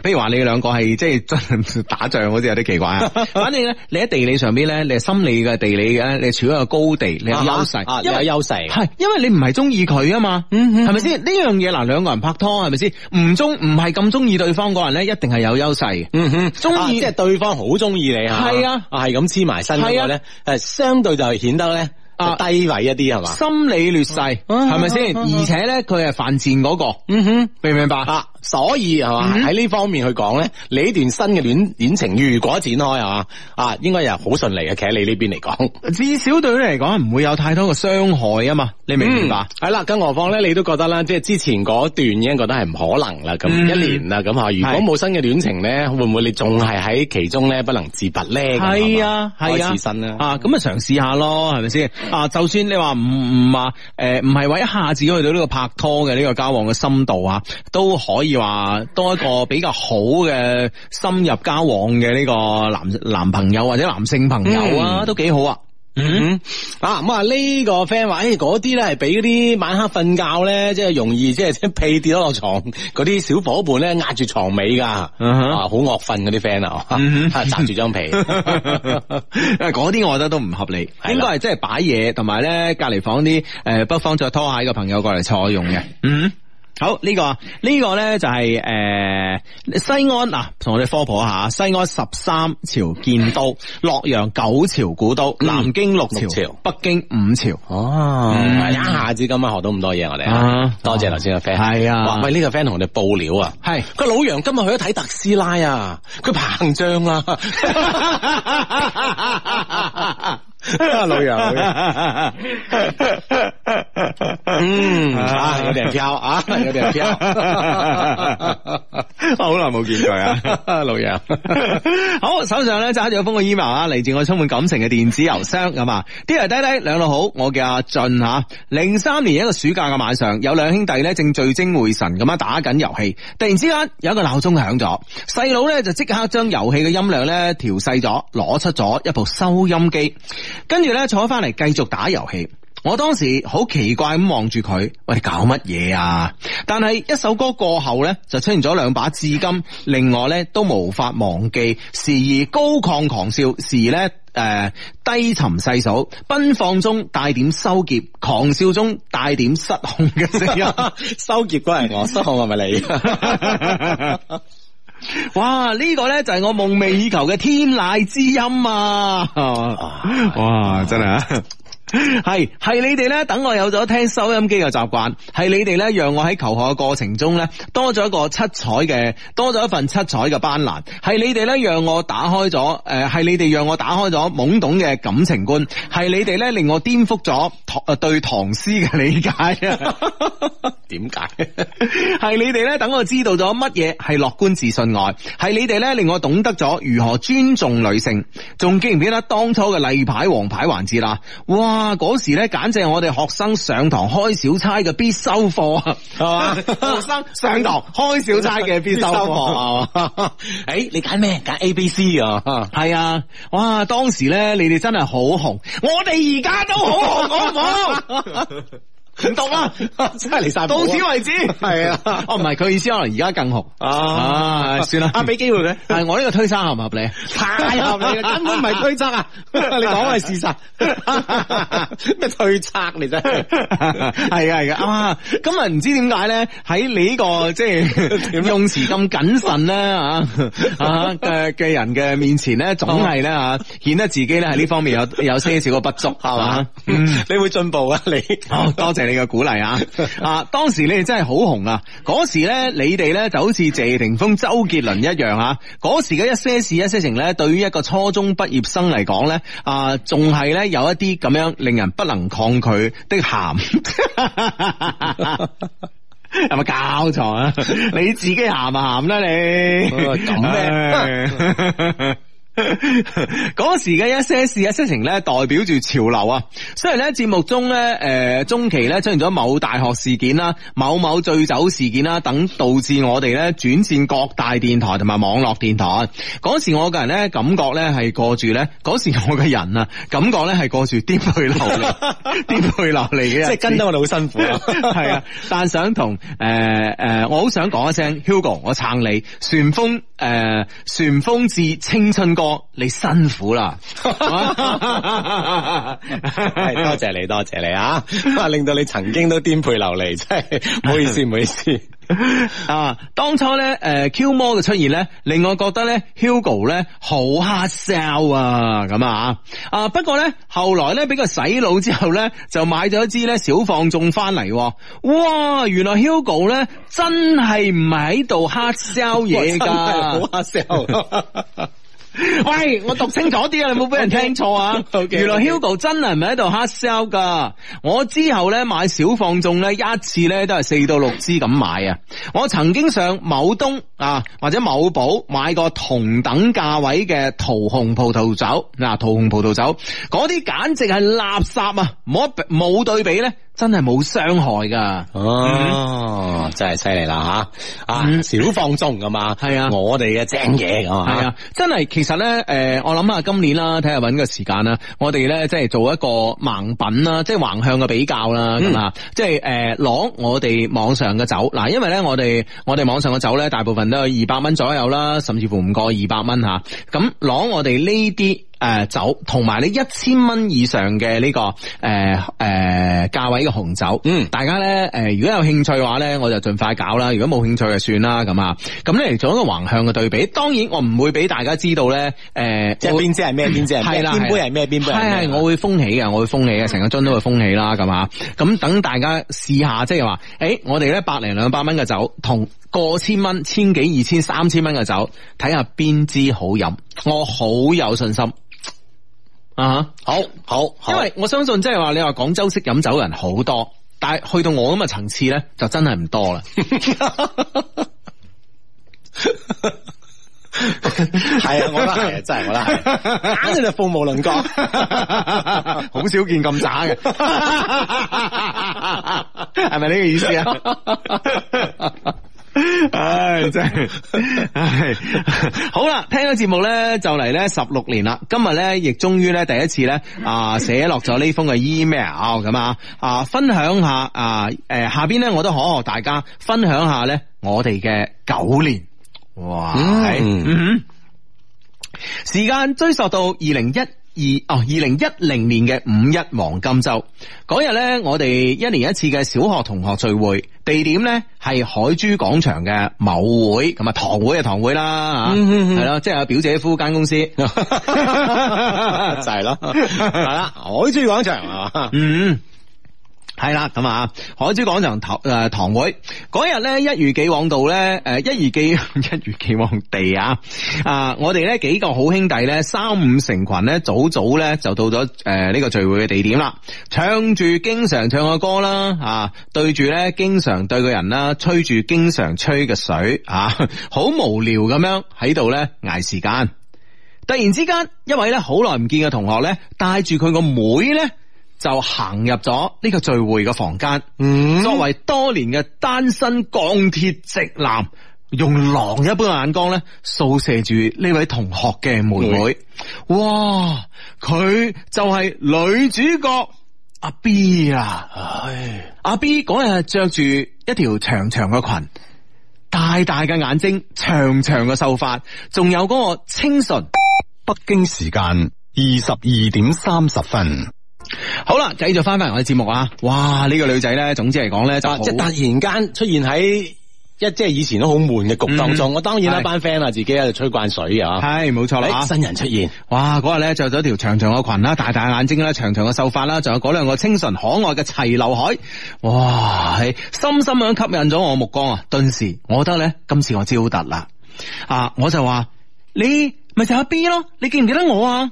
Speaker 1: 比如話你兩個係即係真係打仗好似有啲奇怪 啊！反正咧，你喺地理上邊咧，你係心理嘅地理嘅，你處於一個高地，你有優勢，
Speaker 3: 啊，
Speaker 1: 因為
Speaker 3: 你有 優嗯勢。
Speaker 1: 系，因為你唔係中意佢啊嘛，係咪先？呢樣嘢嗱，兩個人拍拖係咪先？唔中唔係咁中意對方嗰人咧，一定係有優勢嘅。
Speaker 3: 嗯哼，
Speaker 1: 鍾意
Speaker 3: 啊即係對方好中意你嚇
Speaker 1: 係啊
Speaker 3: 啊係咁黐埋身嗰個咧，誒相對就顯得咧
Speaker 1: 啊
Speaker 3: 低位一啲係嘛，
Speaker 1: 心理劣勢係咪先？而且咧，佢係犯賤嗰個，
Speaker 3: 嗯哼。
Speaker 1: 明唔明白？
Speaker 3: 啊，所以係
Speaker 1: 嗯
Speaker 3: 嘛喺呢方面去講咧，你呢段新嘅戀戀情如果展開係嘛啊，應該又好順利嘅。企喺你呢邊嚟講，
Speaker 1: 至少對你嚟講唔會有太多嘅傷害啊嘛，你明唔明白？
Speaker 3: 嗯係啦，更何況咧，你都覺得啦，即係之前嗰段已經覺得係唔可能啦，咁
Speaker 1: 嗯
Speaker 3: 一年啦，咁嚇，如果冇新嘅戀情咧，會唔會你仲係喺其中咧不能自拔咧？咁
Speaker 1: 係
Speaker 3: 係
Speaker 1: 啊
Speaker 3: 嘛，
Speaker 1: 係啊，
Speaker 3: 嗯開始新啦，
Speaker 1: 啊，咁啊嘗試下咯，係咪先？啊，就算你話唔唔話誒，唔係話一下子去到呢個拍拖嘅呢個交往嘅深度啊，都可以話多一個比較好嘅深入交往嘅呢個男男朋友或者男性朋友啊，
Speaker 3: 嗯
Speaker 1: 都幾好啊。
Speaker 3: 嗯，啊咁啊呢個 friend 話，誒嗰啲咧係俾嗰啲晚黑瞓覺咧，即係容易即係即係屁跌咗落床嗰啲小伙伴咧壓住床尾㗎，啊
Speaker 1: 嗯哼
Speaker 3: 好惡瞓嗰啲 friend 啊， 啊扎住張被，
Speaker 1: 誒 嗰啲我覺得都唔合理，
Speaker 3: 係啦
Speaker 1: 應該係即係擺嘢，同埋咧隔離房啲誒北方着拖鞋嘅朋友過嚟坐用嘅。嗯。好呢、個呢、個咧就係呃西安嗱，同我哋科普一下，西安十三朝建 都，洛陽九朝古都，
Speaker 3: 嗯
Speaker 1: 南京六朝，
Speaker 3: 六朝
Speaker 1: 北京五朝。
Speaker 3: 哦
Speaker 1: 嗯
Speaker 3: 一下子今晚學到咁多嘢我哋
Speaker 1: 啊
Speaker 3: 啊，多謝頭先個 friend，
Speaker 1: 係啊
Speaker 3: 哇喂呢個 friend 同我哋報料啊，
Speaker 1: 係
Speaker 3: 佢老楊今日去咗睇特斯拉啊，佢啊膨脹啦。 老楊，老楊。嗯， 啊，有點飄啊，有點飄。
Speaker 1: 好耐冇見佢啊！
Speaker 3: 老楊，
Speaker 1: 好，手上咧揸住一封嘅 email 啊，嚟自我充滿感情嘅電子郵箱咁啊，Dear 低低兩老好，我叫阿俊吓，零三年一個暑假嘅晚上，有兩兄弟咧正聚精會神咁樣打緊遊戲，突然之間有一個鬧鐘響咗，細佬咧就即刻將遊戲嘅音量咧調細咗，攞出咗一部收音機，跟住咧坐翻嚟繼續打遊戲。我當時好奇怪咁望住佢，喂，你搞乜嘢啊？但係一首歌過後呢，就出現咗兩把至今令我呢都無法忘記，時而高亢狂笑，時呢誒低沉細數，奔放中帶點羞澀，狂笑中帶點失控嘅聲音。
Speaker 3: 收結嗰人我，收我係咪你？
Speaker 1: 哇！呢、個呢就係我夢寐以求嘅天籟之音啊！哇，真係啊！系系你哋咧，等我有咗聽收音機嘅習慣，係你哋咧，讓我喺求學嘅過程中咧，多咗一個七彩嘅，多咗一份七彩嘅斑斓。係你哋咧，讓我打開咗，诶、係你哋讓我打開咗懵懂嘅感情觀，係你哋咧令我顛覆咗唐呃對唐詩嘅理解啊！
Speaker 3: 点解？
Speaker 1: 系你哋咧，等我知道咗乜嘢系樂觀自信愛，係你哋咧令我懂得咗如何尊重女性。仲記唔記得當初嘅例牌王牌環節啦？哇！嗰時咧，簡直係我哋學生上堂開小差嘅必修課啊， 系嘛？ 學生上堂開小差嘅必修課啊。
Speaker 3: 啊 嘛？诶，你拣咩？拣 A、B、C 啊？
Speaker 1: 系啊，哇！當時咧，你哋真係好紅，我哋而家都好紅，好唔好？ 唔讀啦，
Speaker 3: 真系嚟晒啊
Speaker 1: 到此為止。
Speaker 3: 係啊
Speaker 1: 哦，唔係佢意思，可能而家更紅。
Speaker 3: 啊！
Speaker 1: 啊，算啦，
Speaker 3: 啊，俾機會佢，
Speaker 1: 但系我呢個推生合唔合理？
Speaker 3: 太合理啦，根本唔係推測啊！ 你講係事實， 咩推測你真係？
Speaker 1: 系啊系啊，啊！咁啊唔知點解咧，喺你呢個即係用詞咁謹慎咧啊啊嘅嘅人嘅面前咧，總係咧啊顯得自己咧喺呢方面有有些少嘅不足，係嘛？嗯。
Speaker 3: 你會進步啊！你
Speaker 1: 好多謝你嘅鼓勵啊！啊，當時你哋真係好紅啊！嗰時咧，你哋咧就好似謝霆鋒、周杰倫一樣啊！嗰時嘅一些事、一些情咧，對於一個初中畢業生嚟講咧，啊，仲係咧有一啲咁樣令人不能抗拒的鹹。 有咪搞錯啊？你自己鹹啊鹹啦你，
Speaker 3: 咁
Speaker 1: 咩？ 嗰時嘅一些事一些情咧，代表住潮流啊。雖然咧節目中咧，诶、中期咧出現咗某大學事件啦、某某醉酒事件啦等，導致我哋咧轉戰各大電台同埋網絡電台。嗰時我個人咧感覺咧係過住咧，嗰時我嘅人啊感覺咧係過住顛沛流離、顛沛流離嘅日
Speaker 3: 即
Speaker 1: 子，
Speaker 3: 係跟得我哋好 辛苦啊！
Speaker 1: 系啊，但想同诶诶，我好想講一聲 Hugo，我撐你，旋風诶、呃旋風至青春歌，你辛苦啦，
Speaker 3: 係哎多謝你，多謝 你啊！啊令到你曾經都顛沛流離，真係唔好意思，唔好意思。
Speaker 1: 啊！當初咧，诶、Q 魔嘅出現咧，令我覺得咧，Hugo 咧好黑 sell 啊，咁啊，啊不過咧，後來咧俾佢洗腦之後咧，就買咗一支咧小放縱翻嚟喎，哇！原來 Hugo 咧真係唔係喺度黑 sell 嘢
Speaker 3: 哇真係好
Speaker 1: 㗎。
Speaker 3: 黑 sell。
Speaker 1: 喂，我讀清楚啲啊，你冇俾人聽錯啊
Speaker 3: OK，OK，OK
Speaker 1: 原來 Hugo 真係唔係喺度黑 sell 噶，我之後咧買小放縱咧一次咧都係四到六支咁買啊。我曾經上某東啊或者某寶買過同等價位嘅桃紅葡萄酒，嗱、桃紅葡萄酒嗰啲簡直係垃圾啊，冇一冇對比咧，真係冇傷害噶。
Speaker 3: 哦，嗯真係犀利啦吓！啊，
Speaker 1: 嗯
Speaker 3: 少放縱㗎嘛，
Speaker 1: 係啊
Speaker 3: 我哋嘅正嘢㗎嘛，
Speaker 1: 系啊，真係其實咧，诶、我諗下今年啦，睇下搵個時間啦，我哋咧即係做一個盲品啦，即係橫向嘅比較啦，咁啊、即係诶攞我哋網上嘅酒，嗱，因為咧我哋我哋網上嘅酒咧，大部分都有二百蚊左右啦，甚至乎唔過二百蚊吓，咁攞我哋呢啲。誒、酒同埋你一千蚊以上嘅呢、個誒誒、價位嘅紅酒，
Speaker 3: 嗯
Speaker 1: 大家咧誒、如果有興趣嘅話咧，我就盡快搞啦；如果冇興趣就算啦咁啊。咁咧嚟做一個橫向嘅對比，當然我唔會俾大家知道咧誒，
Speaker 3: 即係
Speaker 1: 我
Speaker 3: 邊支係咩，邊支係咩，
Speaker 1: 係啦
Speaker 3: 邊杯係咩，邊杯係咩啊嗯
Speaker 1: 係係我會封起嘅，我會封起嘅，成個樽都會封起啦，咁啊，咁等大家試下，即係話，诶、我哋咧百零兩百蚊嘅酒，同過千蚊、千幾、二千、三千蚊嘅酒，睇下邊支好飲，我好有信心啊哈！
Speaker 3: 好好好，
Speaker 1: 因為我相信即係話，你話廣州識飲酒嘅人好多，但係去到我咁嘅層次咧，就真係唔多啦。
Speaker 3: 係啊，我覺得 係啊，真係我覺得係，硬係就鳳毛麟 角，
Speaker 1: 好少見咁渣嘅， 係咪呢個意思啊？啊 唉，真係，唉，好啦，聽咗節目咧就嚟咧十六年啦，今日咧亦終於咧第一次咧啊寫落咗呢封嘅 email 咁啊啊分享下啊诶下邊咧我都可學大家分享下咧我哋嘅九年，哇，
Speaker 3: 嗯
Speaker 1: 嗯哼時間追溯到二零一。二哦，二零一零年嘅五一黃金周嗰日咧，我哋一年一次嘅小學同學聚會，地點咧係海珠廣場嘅某會，咁啊堂會嘅堂會啦，
Speaker 3: 嗯嗯嗯
Speaker 1: 係咯，即係阿表姐夫間 公司，就
Speaker 3: 就係咯，係啦，海珠廣場啊，
Speaker 1: 嗯。系啦，咁啊，海珠廣場堂诶呃堂會嗰日咧，一如既往度咧，诶一如既 一如既往地啊，啊，我哋咧幾個好兄弟咧，三五成群咧，早早咧就到咗诶呢個聚會嘅地點啦，唱住經常唱嘅歌啦，啊，對住咧經常對嘅人啦，吹住經常吹嘅水啊，好無聊咁樣喺度咧捱時間。突然之間，一位咧好耐唔見嘅同學咧，帶住佢個妹咧，就行入咗呢個聚會嘅房間。
Speaker 3: 嗯
Speaker 1: 作為多年嘅單身鋼鐵直男，用狼一般嘅眼光咧，掃射住呢位同學嘅妹妹。哇！佢就係女主角阿 B 啊！
Speaker 3: 唉，
Speaker 1: 阿 B 嗰日着住一條長長嘅裙，大大嘅眼睛，長長嘅秀髮，仲有嗰個清純。
Speaker 4: 北京時間二十二點三十分，
Speaker 1: 好啦，繼續翻翻我哋節目啊！哇，呢、個女仔咧，總之嚟講咧就
Speaker 3: 啊
Speaker 1: 好
Speaker 3: 即係突然間出現喺。一即係以前都好悶嘅局當中，
Speaker 1: 嗯
Speaker 3: 我當然啦，
Speaker 1: 係
Speaker 3: 班 friend 啊，自己喺度吹慣水啊，
Speaker 1: 係冇錯啦
Speaker 3: 誒
Speaker 1: 啊
Speaker 3: 新人出現，
Speaker 1: 哇！嗰日咧着咗條長長嘅裙啦，大大眼睛啦，長長嘅秀髮啦，仲有嗰兩個清純可愛嘅齊劉海，哇！係深深咁吸引咗我目光啊！頓時，我覺得咧，今次我招突啦啊！我就話你咪就係阿 B 咯，你記唔記得我啊？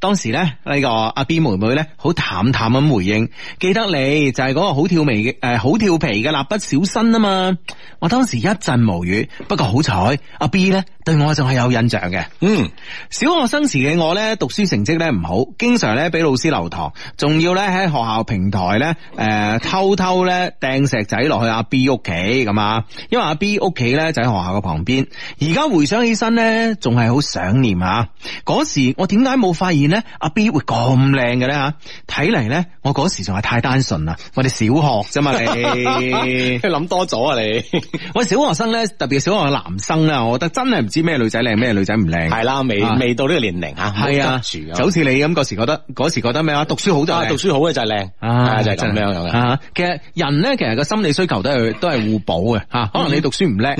Speaker 1: 當時咧，呢、個阿 B 妹妹咧，好淡淡咁回應，記得你就係嗰個好跳眉嘅，誒、好調皮嘅蠟筆小新啊嘛。我當時一陣無語，不過好彩阿 B 咧對我仲係有印象嘅。
Speaker 3: 嗯，
Speaker 1: 小學生時嘅我咧，讀書成績咧唔好，經常咧俾老師留堂，仲要咧喺學校平台咧，诶、偷偷咧掟石仔落去阿 B 屋企咁啊，因為阿 B 屋企咧就喺學校嘅旁邊。而家回想起身咧，仲係好想念啊！嗰時我點解冇發現咧阿 B 會咁靚嘅咧吓？睇嚟咧，我嗰時仲係太單純啦，我哋小學啫嘛 你。
Speaker 3: 啊諗多咗啊你，
Speaker 1: 喂，小學生咧，特別小學嘅男生咧，我覺得真係唔知咩女仔靚，咩女仔唔靚。
Speaker 3: 係啦，未
Speaker 1: 啊
Speaker 3: 未到呢個年齡吓，
Speaker 1: 系啊，
Speaker 3: 冇得住
Speaker 1: 就好似你咁嗰時覺得嗰時覺得咩啊？讀書好就
Speaker 3: 啊，
Speaker 1: 係
Speaker 3: 讀書好嘅就係靚，啊就係咁樣樣 嘅。
Speaker 1: 啊其實人咧，其實個心理需求都係都係互補嘅啊吓。可能你讀書唔 叻，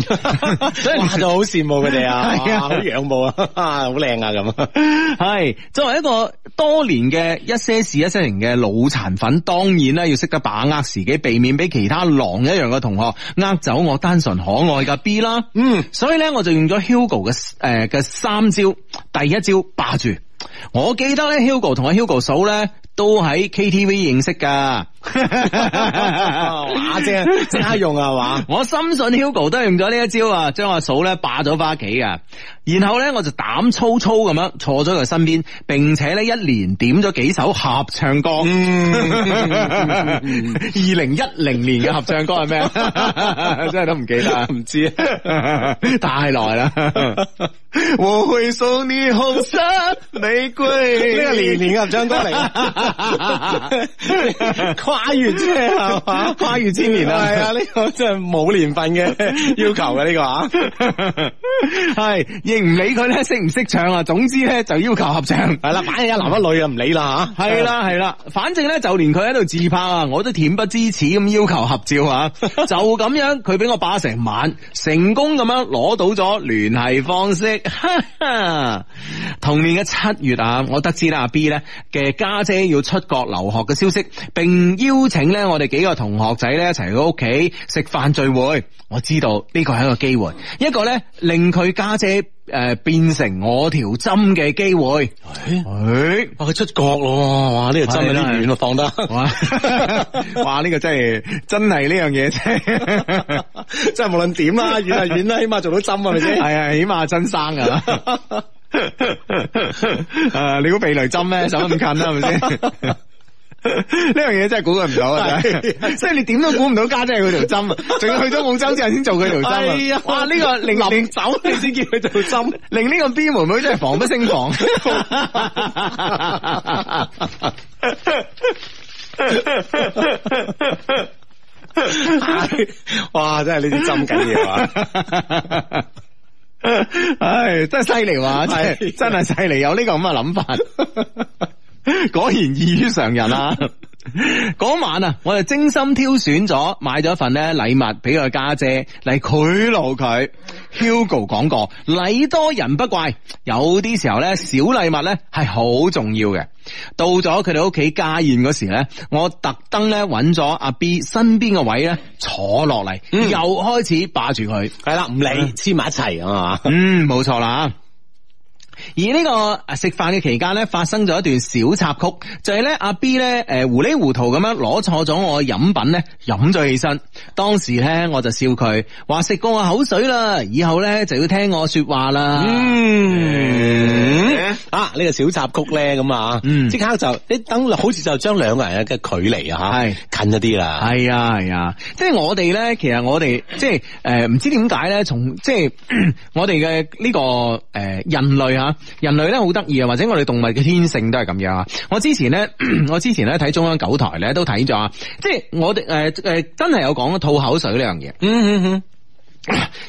Speaker 1: 所以你
Speaker 3: 哇，就好羨慕佢哋啊，
Speaker 1: 係啊
Speaker 3: 哇好仰慕啊， 好靚啊咁。
Speaker 1: 係作為一個多年嘅一些事一些情嘅腦殘粉，當然啦，要識得把握時機，避免俾其他狼一樣嘅同學呃走我單純可愛嘅 B 啦。
Speaker 3: 嗯，
Speaker 1: 所以咧，我就用咗 Hugo 嘅诶嘅三招，第一招霸住。我記得咧，Hugo 同阿 Hugo 嫂咧都喺 KTV 認識噶。
Speaker 3: 哇，正即刻用啊，係嘛？
Speaker 1: 我深信 Hugo 都係用咗呢一招啊，將阿嫂咧霸咗翻屋企噶。然後咧，我就膽粗粗咁樣坐咗佢身邊，並且咧一連點咗幾首合唱歌。二
Speaker 3: 嗯
Speaker 1: 零一零年嘅合唱歌係 咩？真係都唔記得，啊唔知，太耐 啦。我會送你紅色玫瑰。
Speaker 3: 呢個年年嘅合唱歌 嚟，跨越啫係嘛？
Speaker 1: 跨越千年啊
Speaker 3: 係 啊，呢個真係冇年份 嘅要求嘅呢個啊。
Speaker 1: 系亦唔理佢咧识唔识唱啊，总之咧就要求合唱。
Speaker 3: 係啦，反正一男一女啊，唔理啦吓。
Speaker 1: 系啦系啦，反正咧就連佢喺度自拍啊，我都恬不知恥咁要求合照啊，就咁樣佢俾我霸成晚，成功咁樣攞到咗聯繫方式。 哈哈同年嘅七月啊，我得知啦阿 B 咧嘅家姐要出國留學嘅消息，並邀請咧我哋幾個同學仔咧一齊去屋企食飯聚會。我知道呢個係一個機會，一個咧令佢家姐诶、呃、变成我條針嘅機會。
Speaker 3: 誒
Speaker 1: 哎
Speaker 3: 哇，啊佢出國咯，哇，呢個真係有啲遠啊，放得。
Speaker 1: 哇 哇！呢、個真係真係呢樣嘢啫，
Speaker 3: 真係無論點啦， 遠啊遠啦，起碼做到針係咪先？
Speaker 1: 係啊，起碼真生噶啦。诶、你估避雷針咩？手咁近啦，係咪先？呢樣嘢真係估佢唔到啊！真係，即係你點都估唔到家姐係佢條針啊！仲要去咗澳洲之後先做佢條針啊！
Speaker 3: 係啊
Speaker 1: 哇！呢、個令令
Speaker 3: 走你先叫佢做 針。
Speaker 1: 令呢個 B 妹妹真係防不勝防。
Speaker 3: 哇！真係呢啲針緊要啊！
Speaker 1: 唉，真系犀利哇！真系真系犀利，有呢个咁嘅谂法， 果然異於常人啊！ 嗰晚啊，我哋精心挑選咗，買咗一份咧禮物俾佢家姐嚟賄賂佢。Hugo 講過，禮多人不怪，有啲時候咧小禮物咧係好重要嘅。到咗佢哋屋企家宴嗰時咧，我特登咧揾咗阿 B 身邊嘅位咧坐落嚟，
Speaker 3: 嗯
Speaker 1: 又開始霸住佢。
Speaker 3: 系啦，唔理黐埋一齊啊嘛。
Speaker 1: 嗯，冇错啦。而呢個啊食飯嘅期間咧，發生咗一段小插曲，就係咧阿 B 咧，誒糊里糊塗咁樣攞錯咗我嘅飲品咧，飲咗起身。當時咧我就笑佢，話食過我口水啦，以後咧就要聽我說話啦。
Speaker 3: 嗯，啊呢、個小插曲咧咁啊，
Speaker 1: 嗯
Speaker 3: 即刻就你等好似就將兩個人嘅距離啊
Speaker 1: 係
Speaker 3: 吓近一啲啦，
Speaker 1: 係啊係啊，即係我哋咧，其實我哋即係诶，唔、知點解咧，從即係 我哋嘅呢個诶、人類吓，人類咧好得意啊，或者我哋動物嘅天性都係咁樣啊。我之前咧， 我之前咧睇中央九台咧都睇咗啊，即係我哋诶诶，真係有講吐口水呢樣嘢。
Speaker 3: 嗯嗯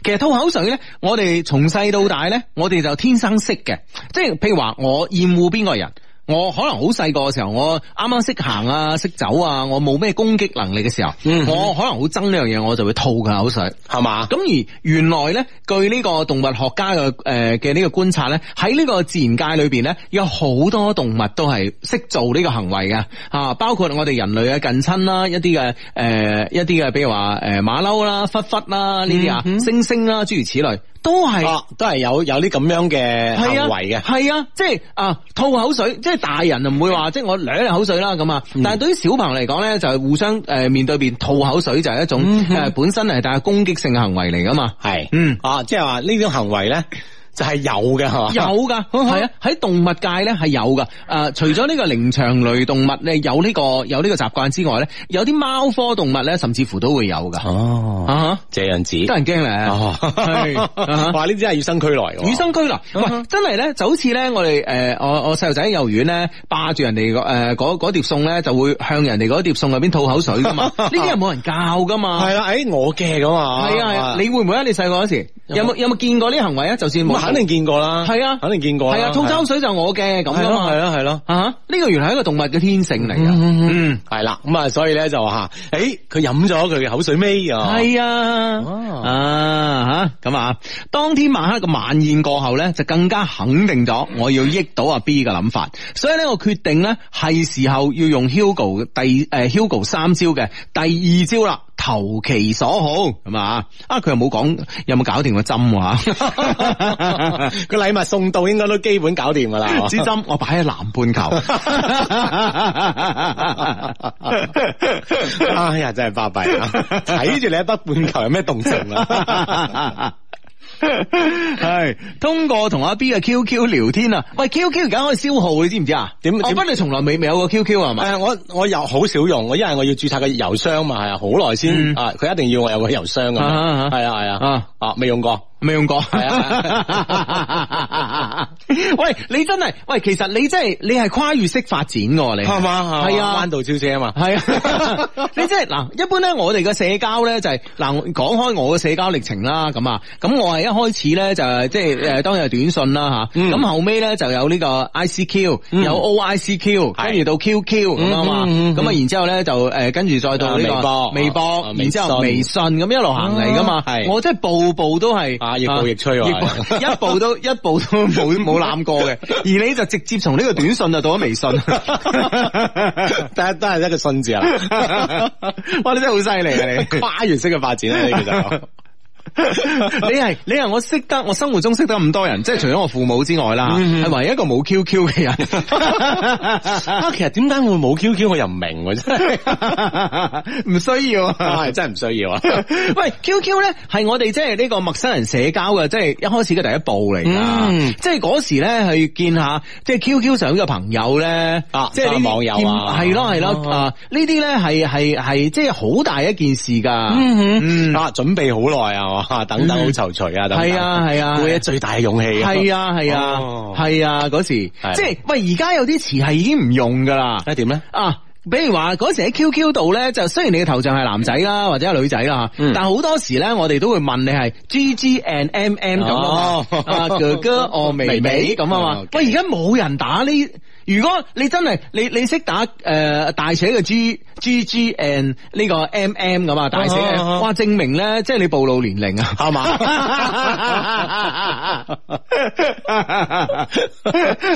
Speaker 1: 其實吐口水咧，我哋從細到大咧，我哋就天生識嘅，即係譬如話我厭惡邊個人。我可能好細個嘅時候，我啱啱識行啊、識走啊，我冇咩攻擊能力嘅時候，
Speaker 3: 嗯
Speaker 1: 我可能好憎呢樣嘢，我就會吐佢口水。
Speaker 3: 嗯，係嘛，
Speaker 1: 咁而原來咧，據呢個動物學家嘅誒嘅呢個觀察咧，喺呢個自然界裏邊咧，有好多動物都係識做呢個行為嘅啊，包括我哋人類嘅近親啦，一啲嘅誒一啲嘅，比如話誒馬騮啦、狒狒啦呢啲啊，
Speaker 3: 嗯哼
Speaker 1: 猩猩啦，諸如此類，都係。
Speaker 3: 啊都係有有啲咁樣
Speaker 1: 係
Speaker 3: 嘅行為嘅，嗯
Speaker 1: 系啊，即系啊，吐口水，即系大人就唔會話，即系我掠你口水啦咁啊。但係對於小朋友嚟講咧，就係互相诶、呃面對面吐口水就係一種
Speaker 3: 嗯
Speaker 1: 诶、呃本身係帶有攻擊性嘅行為嚟噶嘛。
Speaker 3: 係
Speaker 1: 嗯
Speaker 3: 啊，即係話呢種行為咧就係有嘅係嘛，
Speaker 1: 有噶，係啊，喺動物界咧係有噶。誒、除咗呢個靈長類動物咧有呢、個有呢個習慣之外咧，有啲貓科動物咧，甚至乎都會有噶。
Speaker 3: 哦，
Speaker 1: 啊
Speaker 3: 這樣子
Speaker 1: 哈，得人驚咧。
Speaker 3: 哦，
Speaker 1: 係啊哈
Speaker 3: 哇！呢啲真係與生俱來嘅，
Speaker 1: 與生俱來，喂，真係咧就好似咧，我哋诶，我我细路仔喺幼兒園咧，霸住人哋诶嗰嗰碟餸咧，就會向人哋嗰碟餸入邊吐口水 噶嘛，呢啲係冇人教噶嘛，
Speaker 3: 係啦，诶，我嘅咁啊，
Speaker 1: 係啊係啊，你會唔會啊？你細個嗰時有冇有冇見過呢啲行為啊？就算冇
Speaker 3: 咁，肯定見過啦，
Speaker 1: 係啊
Speaker 3: 肯定見過啦，
Speaker 1: 係啊，吐口水就我嘅咁
Speaker 3: 係
Speaker 1: 噶
Speaker 3: 咯，
Speaker 1: 嘛，
Speaker 3: 係咯，係咯。
Speaker 1: 啊！呢個原來係一個動物嘅天性嚟噶，嗯，
Speaker 3: 啊系啦，咁啊，所以咧就吓，诶，佢飲咗佢嘅口水尾啊，
Speaker 1: 係啊，
Speaker 3: 哦
Speaker 1: 啊吓咁啊！當天晚黑嘅晚宴過後咧，就更加肯定咗我要益到阿 B 嘅諗法，所以咧我決定咧係時候要用 Hugo 第诶 Hugo 三招嘅第二招啦。投其所好咁啊！啊，佢又冇講有冇搞掂個針 喎
Speaker 3: 個禮物送到應該都基本搞掂噶啦，哦
Speaker 1: 支針我擺喺南半球。
Speaker 3: 哎呀，真係巴閉啊！睇住你喺北半球有咩動靜啊？
Speaker 1: 系哎通過同阿 B 嘅 QQ 聊天啊，喂 QQ 而家可以消耗，你知唔知啊？
Speaker 3: 點
Speaker 1: 我
Speaker 3: 點
Speaker 1: 不你從來未未有過 QQ 係啊嘛？
Speaker 3: 诶，啊我我又好少用，我因為我要註冊個郵箱嘛，係啊，好耐先
Speaker 1: 嗯
Speaker 3: 啊，佢一定要我有個郵箱㗎
Speaker 1: 啊啊
Speaker 3: 嘛
Speaker 1: 啊
Speaker 3: 係啊係啊，
Speaker 1: 啊，
Speaker 3: 啊未用過，
Speaker 1: 未用過。
Speaker 3: 係啊
Speaker 1: 喂，你真係喂，其實你真係你係跨越式發展嘅喎，你
Speaker 3: 係嘛
Speaker 1: 係
Speaker 3: 係
Speaker 1: 啊
Speaker 3: 啊，彎道超車啊嘛，
Speaker 1: 系 啊，你即系嗱，一般咧，我哋嘅社交咧就係嗱，講開我嘅社交歷程啦，咁啊，咁我係一開始咧就係即係诶，當然係短信啦吓，
Speaker 3: 嗯
Speaker 1: 咁、後尾咧就有呢個 ICQ，、
Speaker 3: 嗯
Speaker 1: 有 OICQ，
Speaker 3: 係
Speaker 1: 跟住到 QQ 咁啊嘛，
Speaker 3: 嗯嗯嗯
Speaker 1: 咁啊，然之后咧就诶，跟住再到呢、個
Speaker 3: 啊微博
Speaker 1: 微博
Speaker 3: 啊，
Speaker 1: 然之后微
Speaker 3: 微
Speaker 1: 信咁一路行嚟噶嘛，
Speaker 3: 啊係
Speaker 1: 我真係步步都係
Speaker 3: 啊亦步亦趨喎
Speaker 1: 亦步 一步都一步都冇冇揽过嘅，而你就直接從呢個短信就到咗 微信。
Speaker 3: 但係都係一個信字啊，
Speaker 1: 哇！你真係好犀利啊！你
Speaker 3: 跨越式嘅發展啊，呢個就。
Speaker 1: 你係你係我識得我生活中識得咁多人，即係除咗我父母之外啦，
Speaker 3: 嗯
Speaker 1: 係唯一一個冇 QQ 嘅 人。
Speaker 3: 啊，其實 點解會冇 QQ 我又唔明喎，真係。
Speaker 1: 唔需要啊
Speaker 3: 啊，！真係唔需 要啊！
Speaker 1: 喂，QQ 咧係我哋即係呢個陌生人社交嘅，即係一開始嘅第一步嚟噶。
Speaker 3: 嗯
Speaker 1: 即係嗰時咧去見下，即係 QQ 上嘅朋友咧，
Speaker 3: 啊
Speaker 1: 即係呢啲
Speaker 3: 加網友啊
Speaker 1: 見係咯係咯
Speaker 3: 啊
Speaker 1: 啊！呢啲咧係係係即係好大一件事噶。嗯
Speaker 3: 啊，準備好耐啊，哇等等好躊躇啊，等等
Speaker 1: 係啊係啊
Speaker 3: 會有最大嘅勇氣啊，
Speaker 1: 系啊系啊
Speaker 3: 哦
Speaker 1: 系啊，嗰時
Speaker 3: 係
Speaker 1: 即係喂，而家有啲詞係已經唔用噶啦
Speaker 3: 啊，點咧？
Speaker 1: 啊！比如話嗰時喺 QQ 度咧，就雖然你嘅頭像係男仔啦，或者係女仔啦，
Speaker 3: 嗯
Speaker 1: 但好多時咧，我哋都會問你係 G G and M M 咁啊嘛
Speaker 3: 哦，
Speaker 1: 啊哥哥我微微
Speaker 3: 微微
Speaker 1: 咁啊嘛
Speaker 3: 哦。，OK
Speaker 1: 喂，而家冇人打呢？如果你真係你你識打誒大寫嘅 G G G and 呢個 M M 咁啊，大寫
Speaker 3: 啊啊
Speaker 1: 嘅，
Speaker 3: 啊
Speaker 1: 哇，證明咧即係你暴露年齡啊！
Speaker 3: 係嘛？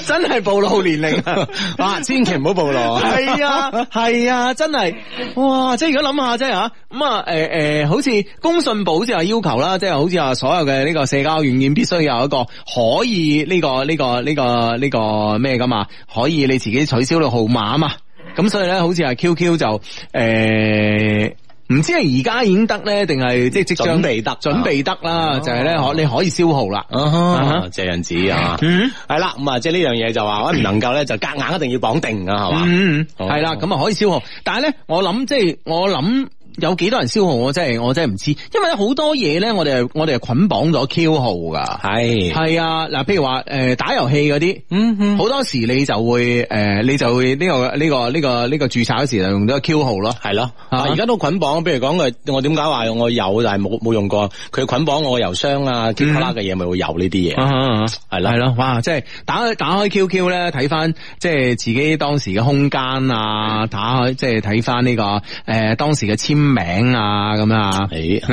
Speaker 1: 真係暴露年齡 啊！
Speaker 3: 啊，千祈唔好暴露。
Speaker 1: 系啊，系啊，真係哇！即係如果諗下，即係吓咁啊，诶、诶、好似工信部好似話要求啦，即係好似話所有嘅呢個社交軟件必須有一個可以呢、個呢、個呢、個呢、個咩噶嘛，可以你自己取消個號碼啊嘛。咁所以咧，好似係 QQ 就诶。唔知係而家已經得咧，定係即係即將
Speaker 3: 準備得
Speaker 1: 準備得啦，就係咧可你可以消耗啦。
Speaker 3: 啊，这样子啊，
Speaker 1: 嗯
Speaker 3: 系啦，咁啊，即系呢样嘢就话，唔能够咧就夹硬一定要绑定啊，系嘛，
Speaker 1: 嗯，系
Speaker 3: 哦
Speaker 1: 啦，咁啊可以消耗，但系咧，我谂即系我谂。有幾多人消耗我真係我真係唔知，因為咧好多嘢咧，我哋係我哋係捆綁咗 Q 號噶，
Speaker 3: 系，
Speaker 1: 係啊，嗱，譬如話誒、呃打遊戲嗰啲，
Speaker 3: 嗯嗯，
Speaker 1: 好多時你就會誒、呃你就會呢、個呢、個呢、個呢、個註冊嗰時就用咗 Q 號咯，
Speaker 3: 系咯，
Speaker 1: 啊
Speaker 3: 啊，而家都捆綁，譬如講佢，我點解話我有，但係冇冇用過，佢捆綁我嘅郵箱啊、結卡啦嘅嘢，咪會有呢啲嘢，
Speaker 1: 係
Speaker 3: 啊係啦
Speaker 1: 係咯，哇！即係打開打開 QQ 咧，睇翻即係自己當時嘅空間啊，打開即係睇翻呢個誒、呃、當時嘅簽名啊咁樣 啊。
Speaker 3: 诶，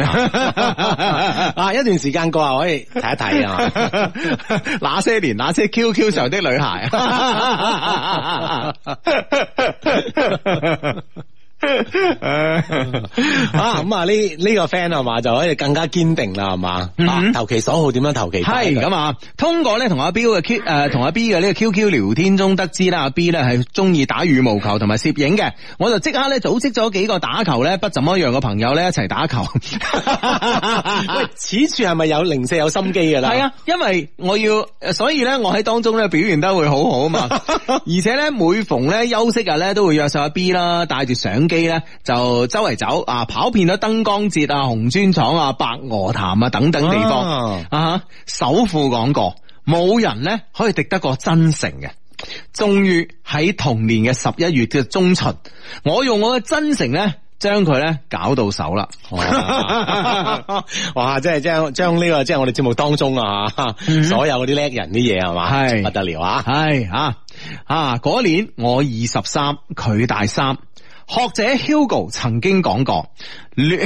Speaker 3: 啊，一段時間過後可以睇一 睇啊，
Speaker 1: 那些年，那些 QQ 上的女孩。
Speaker 3: 啊，咁啊，呢呢個 friend 係嘛，就可以更加堅定啦，係嘛，
Speaker 1: 嗯
Speaker 3: 啊投其所好，點樣投其所好
Speaker 1: 系咁啊！通過咧同阿 Bill 嘅 Q 诶，同阿 B 嘅呢個 QQ 聊天中得知啦，阿 B 咧係中意打羽毛球同埋攝影嘅，我就即刻咧組織咗幾個打球咧不怎麼樣嘅朋友咧一齊打球。
Speaker 3: 啊喂，此處係咪有零舍有心機㗎啦？
Speaker 1: 系啊，因为我要，呃所以咧，我喺当中咧表现得会好好啊 嘛，而且咧每逢咧休息日咧都会约上阿 B 啦，带住相机咧就周圍走啊，跑遍咗燈光節啊、紅磚廠啊、白鵝潭啊等等地方
Speaker 3: 啊
Speaker 1: 啊。首富講過，冇人咧可以敵得過真誠嘅。終於喺同年嘅十一月嘅中旬，我用我嘅真誠咧，將佢咧搞到手啦。
Speaker 3: 哦哇！ 哇！即系將將呢個即係我哋節目當中啊，
Speaker 1: 嗯
Speaker 3: 所有嗰啲叻人啲嘢係嘛，
Speaker 1: 係
Speaker 3: 不得了啊！
Speaker 1: 系啊啊！嗰年我二十三，佢大三。學者 Hugo 曾經講過，戀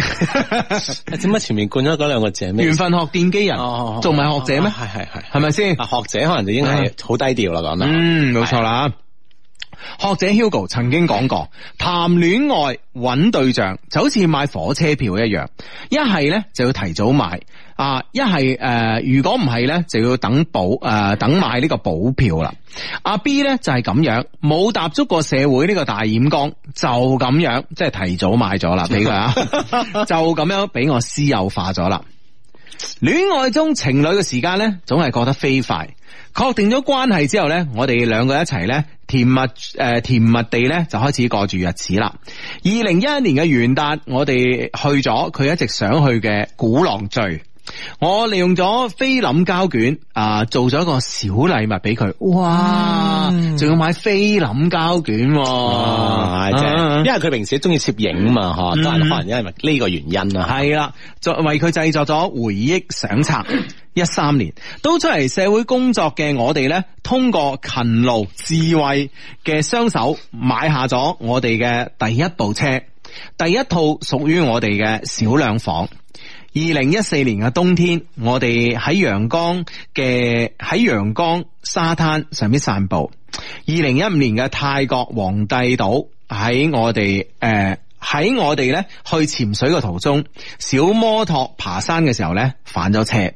Speaker 3: 點解前面冠咗嗰兩個字係咩？
Speaker 1: 緣分學奠基人
Speaker 3: 哦，
Speaker 1: 仲唔係學者咩？
Speaker 3: 係係係
Speaker 1: 嗯係咪先
Speaker 3: 啊，？學者可能就已經係好低調啦，講得
Speaker 1: 嗯，冇錯啦。學者 Hugo 曾經講過，談戀愛揾對象就好似買火車票一樣，一係咧就要提早買，啊，一係诶，如果唔係咧就要等補诶、呃等買呢個補票啦。阿 B 咧就係咁樣，冇踏足過社會呢個大染缸，就咁樣即係提早買咗啦，俾佢啊， 就咁樣俾我私有化咗啦。戀愛中情侶嘅時間咧，總係過得飛快。確定咗關係之後咧，我哋兩個一齊咧甜蜜誒、呃甜蜜地咧就開始過住日子啦。二零一一年嘅元旦，我哋去咗佢一直想去嘅鼓浪嶼。我利用咗菲林膠卷啊、做咗一個小禮物俾佢。哇！仲要買菲林膠卷喎、
Speaker 3: 啊，即係因為佢平時中意攝影嘛，嗬，
Speaker 1: 嗯
Speaker 3: 都係可能因為呢個原因啊。
Speaker 1: 系啦，作为佢製作咗回憶相冊。一三年，都出嚟社會工作嘅我哋呢，通過勤勞智慧嘅雙手，買下咗我哋嘅第一部車，第一套屬於我哋嘅小兩房。二零一四年嘅冬天，我哋喺陽光嘅喺陽光沙灘上面散步。二零一五年嘅泰國皇帝島喺我哋诶喺我哋咧去潛水嘅途中，小摩托爬山嘅時候咧反咗車。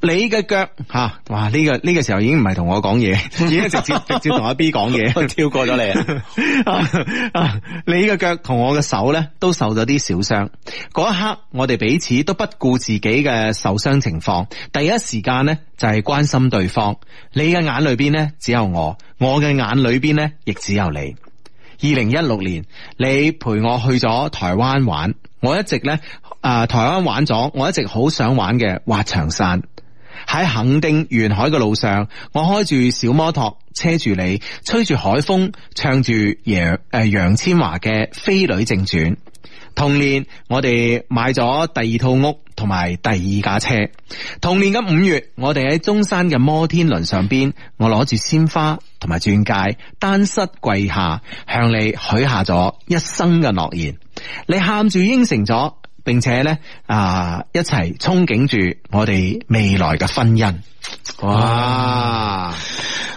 Speaker 1: 你嘅腳吓，哇！呢、個呢、個時候已經唔係同我講嘢，已經直接直接同阿 B 講嘢。
Speaker 3: 跳過咗你啊！
Speaker 1: 啊啊你嘅腳同我嘅手咧都受咗啲小傷。嗰一刻，我哋彼此都不顧自己嘅受傷情況，第一時間咧就係關心對方。你嘅眼裏邊咧只有我，我嘅眼裏邊咧亦只有你。二零一六年，你陪我去咗台灣玩，我一直咧啊、台灣玩咗，我一直好想玩嘅滑翔傘。喺肯定沿海嘅路上，我開住小摩托，車住你，吹住海風，唱住楊誒楊千嬅嘅《飛女正傳》。同年，我哋買咗第二套屋同埋第二架車。同年嘅五月，我哋喺中山嘅摩天輪上邊，我攞住鮮花同埋鑽戒，單膝跪下，向你許下咗一生嘅諾言。你喊住應承咗，並且咧啊，一齊憧憬住我哋未來嘅婚姻。哇！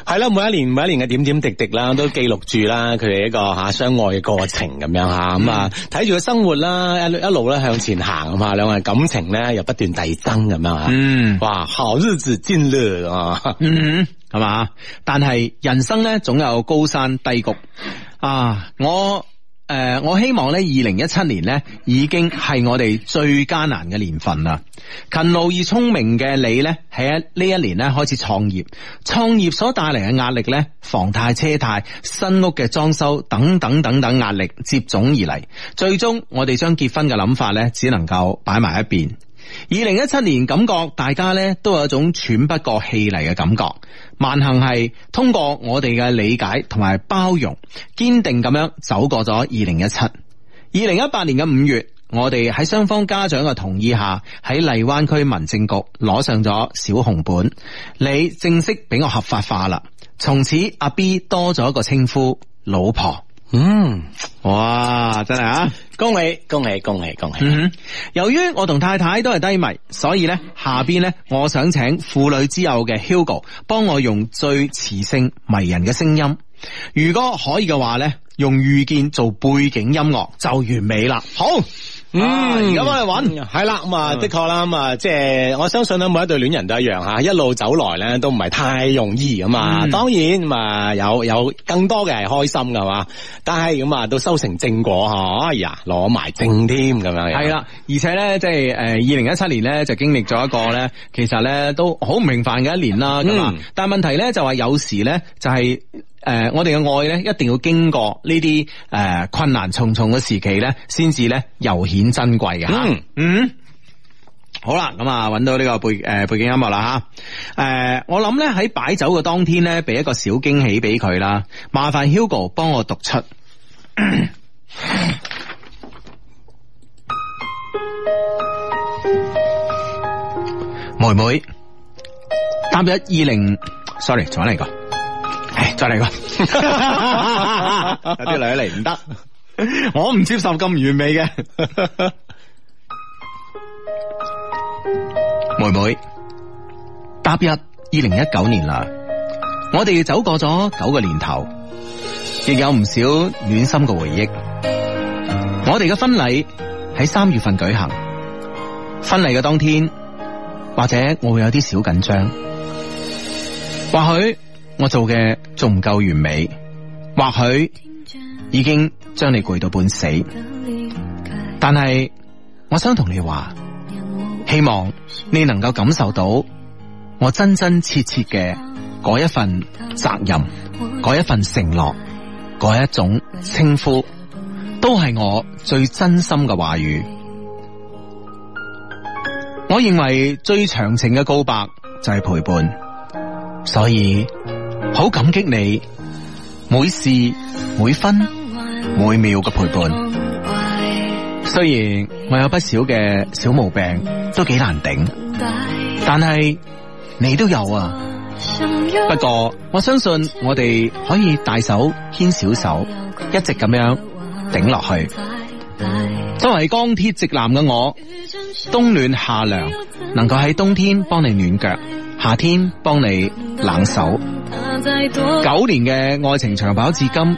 Speaker 3: 係啦，每一年每一年嘅點點滴滴啦，都記錄住啦，佢哋一個吓相愛嘅過程咁樣吓，咁啊睇住佢生活啦，一路一路咧向前行啊嘛，兩個人感情咧又不斷遞增咁樣吓，
Speaker 1: 嗯
Speaker 3: 哇，好日子近了啊！
Speaker 1: 嗯，係嘛？但係人生咧，總有高山低谷啊！我誒、呃我希望咧，二零一七年咧，已經係我哋最艱難嘅年份啦。勤勞而聰明嘅你咧，喺呢一年咧開始創業，創業所帶嚟嘅壓力咧，房貸、車貸、新屋嘅裝修等等等等壓力接踵而嚟，最終我哋將結婚嘅諗法咧，只能夠擺埋一邊。二零一七年感覺大家咧都有一種喘不過氣嚟嘅感覺，萬幸係通過我哋嘅理解同埋包容，堅定咁樣走過咗二零一七。二零一八年嘅五月，我哋喺雙方家長嘅同意下，喺荔灣區民政局攞上咗小紅本，你正式俾我合法化啦。從此阿 B 多咗一個稱呼，老婆。
Speaker 3: 嗯，
Speaker 1: 哇，真係啊！
Speaker 3: 恭喜恭喜恭喜恭喜！
Speaker 1: 嗯哼，由於我同太太都係低迷，所以呢，下邊呢，我想請婦女之友嘅 Hugo 幫我用最磁性迷人嘅聲音，如果可以嘅話呢，用遇見做背景音樂就完美啦。好，嗯，而家幫你揾。
Speaker 3: 係啦，咁
Speaker 1: 嗯
Speaker 3: 啊，的確啦，咁啊，即係我相信咧，每一對戀人都一樣吓，一路走來咧都唔係太容易咁啊。
Speaker 1: 嗯
Speaker 3: 當然咁啊，有有更多嘅係開心噶嘛，但係咁啊，到修成正果嗬，哎呀，攞埋正添咁樣。
Speaker 1: 係，啦，而且咧，即係誒，呃二零一七年咧就經歷咗一個咧，其實咧都好唔平凡嘅一年啦。咁啊、
Speaker 3: 嗯
Speaker 1: 但係問題咧就話有時咧就係、誒、我哋嘅愛咧，一定要經過呢啲誒困難重重嘅時期咧，先至咧尤顯珍貴嘅吓。
Speaker 3: 嗯
Speaker 1: 嗯好啦，咁啊，揾到呢個背誒、背景音樂啦吓，誒、我諗咧喺擺酒嘅當天咧，俾一個小驚喜俾佢啦，麻煩 Hugo 幫我讀出。妹妹，踏入二零，sorry，再嚟個，唉，再嚟個，
Speaker 3: 啊
Speaker 1: 有啲女嚟唔得， 我唔接受咁完美嘅。妹妹，踏入二零一九年啦，我哋走過咗九個年頭，亦有唔少暖心嘅回憶。我哋嘅婚禮喺三月份舉行，婚禮嘅當天，或者我會有啲小緊張，或許我做嘅仲唔夠完美，或許
Speaker 2: 听见
Speaker 1: 已經將你攰到半死，
Speaker 2: 的离开，
Speaker 1: 但係我想同你話，
Speaker 2: 连我
Speaker 1: 希望你能夠感受到我真真切切嘅嗰一份責任，嗰一份承諾，嗰一種稱呼，都係我最真心嘅話語。我認為最長情嘅告白就係陪伴，所以好感激你每時每分每秒嘅陪伴。雖然我有不少嘅小毛病，都幾難頂，但係你都有啊。不過我相信我哋可以大手牽小手，一直咁樣頂落去。作為鋼鐵直男嘅我，冬暖夏涼，能夠喺冬天幫你暖腳，夏天幫你冷手。九年嘅愛情長跑至今，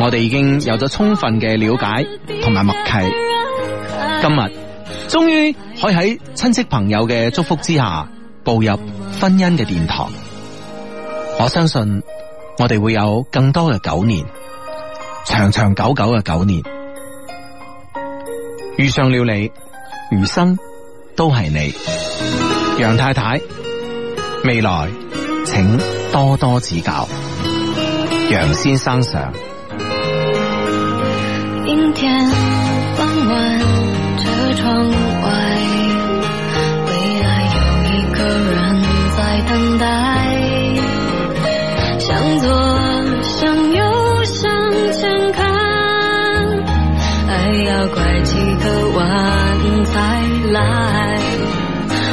Speaker 1: 我哋已經有咗充分嘅了解同埋默契。今日終於可以喺親戚朋友嘅祝福之下，步入婚姻嘅殿堂。我相信我哋會有更多嘅九年，長長久久嘅九年。遇上了你，餘生都係你，楊太太。未來請多多指教，楊先生上。
Speaker 2: 阴天傍晚，车窗外，未来有一个人来。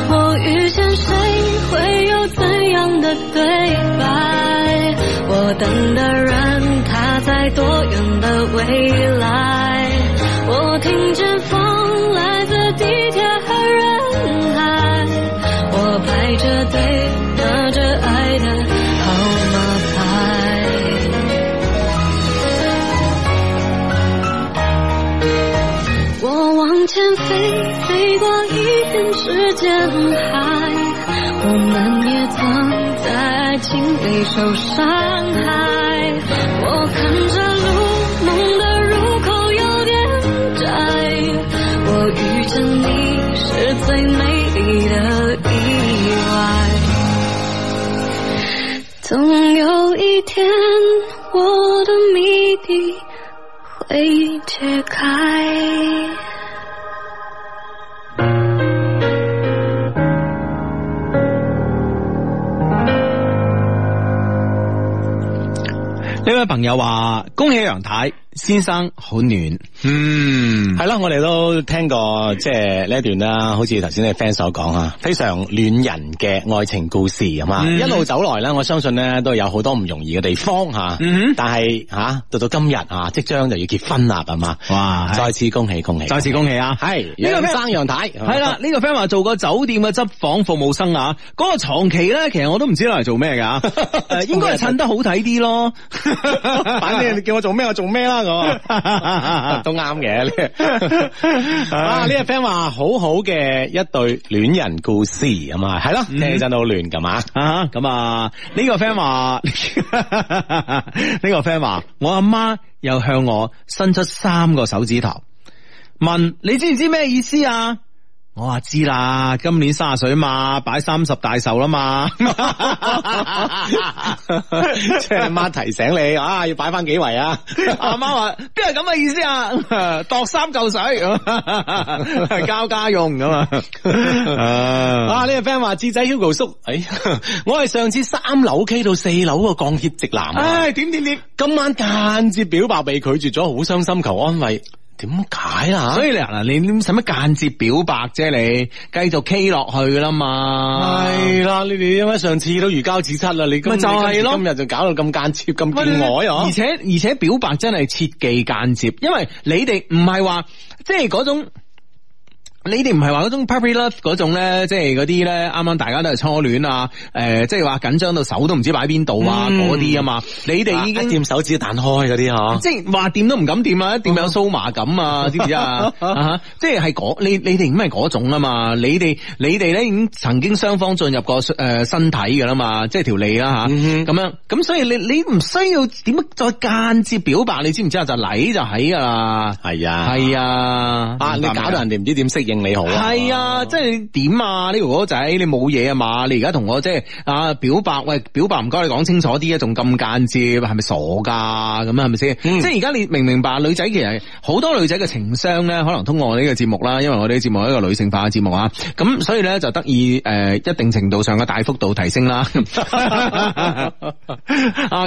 Speaker 2: 我遇见谁会有怎样的对白？我等的人他在多远的未来？我听见风来自地铁和人海，我排着队拿着爱的号码牌。我往前飞，飞过一片时间海。我们也曾在爱情里受伤害。我看着路，梦的入口有点窄。我遇见你是最美丽的意外。总有一天，我的谜底会解开。
Speaker 1: 呢位朋友話：恭喜楊太先生好暖。嗯
Speaker 3: 系，啦，我哋都聽過即係呢一段啦，好似頭先你 friend 所講啊，非常戀人嘅愛情故事咁啊，
Speaker 1: 嗯
Speaker 3: 一路走來咧，我相信咧都有好多唔容易嘅地方吓，
Speaker 1: 嗯哼
Speaker 3: 但係吓、到到今日啊，即將就要結婚啦，哦係嘛，
Speaker 1: 哇
Speaker 3: 再次恭喜恭喜，
Speaker 1: 再次恭喜啊！
Speaker 3: 係
Speaker 1: 呢個
Speaker 3: 呢
Speaker 1: friend-
Speaker 3: 個生楊太系
Speaker 1: 係 啦，呢個 friend 話做過酒店嘅執房服務生啊，嗰個床旗咧，其實我都唔知攞嚟做咩㗎，誒應該係襯得好睇啲咯。
Speaker 3: 反正你叫我做咩，我做咩啦咁， 都啱 嘅。啊，呢個 friend 話好好嘅一對戀人故事咁啊，係咯，聽起身都好亂咁啊。
Speaker 1: 啊，咁啊，呢、個 friend 話， 呢個 friend 話，我阿媽又向我伸出三個手指頭，問你知唔知咩意思啊？我話知啦，今年卅歲嘛，擺三十大壽啦嘛。
Speaker 3: 即係阿媽提醒你啊，要擺翻幾圍啊！
Speaker 1: 阿媽話邊係咁嘅意思啊？ 度三嚿水， 交家用咁 啊！
Speaker 3: 啊！呢個 friend 話志仔 Hugo 叔，哎， 我係上次三樓 K 到四樓個鋼鐵直男啊，
Speaker 1: 唉，點點點，
Speaker 3: 今晚間接表白被拒絕咗，好傷心，求安慰，點解啦？
Speaker 1: 所以你哎嗱，你使乜間接表白啫？你繼續 K 落去啦嘛。
Speaker 3: 系啦，你哋因为上次都如膠似漆啦，你今
Speaker 1: 咪就係咯
Speaker 3: 你今次今日就搞到咁間接咁見外啊
Speaker 1: 而！且而且表白真係切忌間接，因為你哋唔係話即係嗰種。你哋唔係話嗰種 puppy love 嗰種咧，即係嗰啲咧，啱啱大家都係初戀啊，誒、即係話緊張到手都唔知擺邊度啊，
Speaker 3: 嗯
Speaker 1: 嗰啲啊嘛，你哋已
Speaker 3: 一啊
Speaker 1: 經
Speaker 3: 掂手指彈開嗰啲嗬，
Speaker 1: 即係話掂都唔敢掂啊，一掂
Speaker 3: 嗯
Speaker 1: 有酥麻感啊，知唔知 啊？啊即係係嗰你你哋唔係嗰種啊嘛，你哋你哋咧已經曾經雙方進入過誒、呃身體噶啦嘛，即係條脷啦吓，
Speaker 3: 嗯
Speaker 1: 咁、樣咁所以你你唔需要點樣再間接表白，你知唔知啊？就禮就喺噶啦，
Speaker 3: 係啊，
Speaker 1: 係啊，
Speaker 3: 啊，你
Speaker 1: 明白
Speaker 3: 搞
Speaker 1: 未
Speaker 3: 到人哋唔知點適應你好啊！
Speaker 1: 系啊，即系你点啊？呢條哥仔，你冇嘢啊嘛？你而家同我即係啊表白，喂表白唔該，你講清楚啲啊，仲咁間接，係咪傻噶？咁啊係咪先？
Speaker 3: 嗯
Speaker 1: 即係而家你明唔明白？女仔其實好多女仔嘅情商咧，可能通過我呢個節目啦，因為我呢個節目係一個女性化嘅節目啊，咁所以咧就得以诶、呃一定程度上嘅大幅度提升啦。 啊，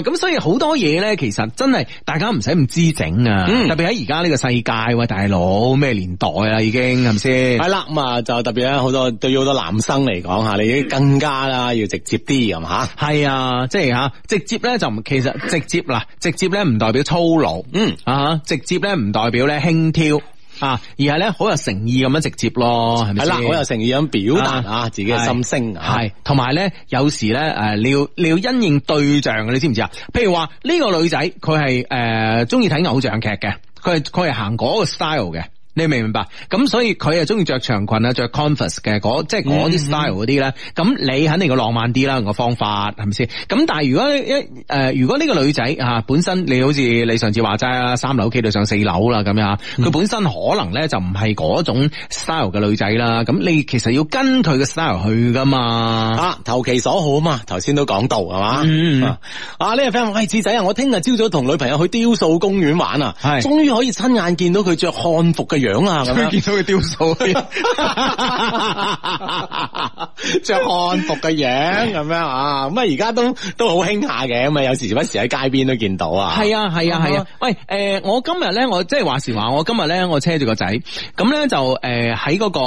Speaker 1: 咁所以好多嘢咧，其實真係大家唔使咁知整啊，
Speaker 3: 嗯
Speaker 1: 特別喺而家呢個世界，喂大佬咩年代啦，已經係咪先？
Speaker 3: 係啦，咁啊就特別咧，好多對於好多男生嚟講吓，你更加啦要直接啲咁吓。
Speaker 1: 系啊，即系吓，直接咧就唔，其實直接嗱，直接咧唔代表粗魯，
Speaker 3: 嗯
Speaker 1: 啊，直接咧唔代表咧輕佻啊，而係咧好有誠意咁樣直接咯，係咪
Speaker 3: 係啦，
Speaker 1: 先？
Speaker 3: 好有誠意咁表達
Speaker 1: 啊
Speaker 3: 啊自己嘅心聲啊，
Speaker 1: 系，同埋咧，有呃時咧，诶，你要你要因應對象嘅，你知唔知啊？譬如話呢個女仔，佢係诶中意睇偶像劇嘅，佢係佢系行嗰個 style 嘅。你明唔明白？咁所以佢係中意着長裙啊，着 Converse 嘅，嗰即係嗰啲 style 嗰啲咧。咁你肯定要浪漫啲啦，用個方法係咪先？咁但係如果一誒、如果呢個女仔啊本身你好似你上次話齋啦，三樓 K 到上四樓啦咁樣，啊佢本身可能咧就唔係嗰種 style 嘅女仔啦。咁你其實要跟佢嘅 style 去噶嘛。
Speaker 3: 啊，投其所好啊嘛，頭先都講到係嘛，
Speaker 1: 嗯
Speaker 3: 啊啊呢個 friend 話喂志仔啊，我聽日朝早同女朋友去雕塑公園玩啊，
Speaker 1: 係
Speaker 3: 終於可以親眼見到佢着漢服嘅樣啊？咁樣
Speaker 1: 見到佢雕塑， 啊
Speaker 3: 着漢服嘅樣咁樣啊，咁啊而家都都好興下嘅，咁啊有時不時喺街邊都見到啊。
Speaker 1: 係啊係啊係
Speaker 3: 啊
Speaker 1: 啊！喂，诶、我今日咧，我即係話時話，我今日咧，我車住個仔，咁咧就诶喺嗰個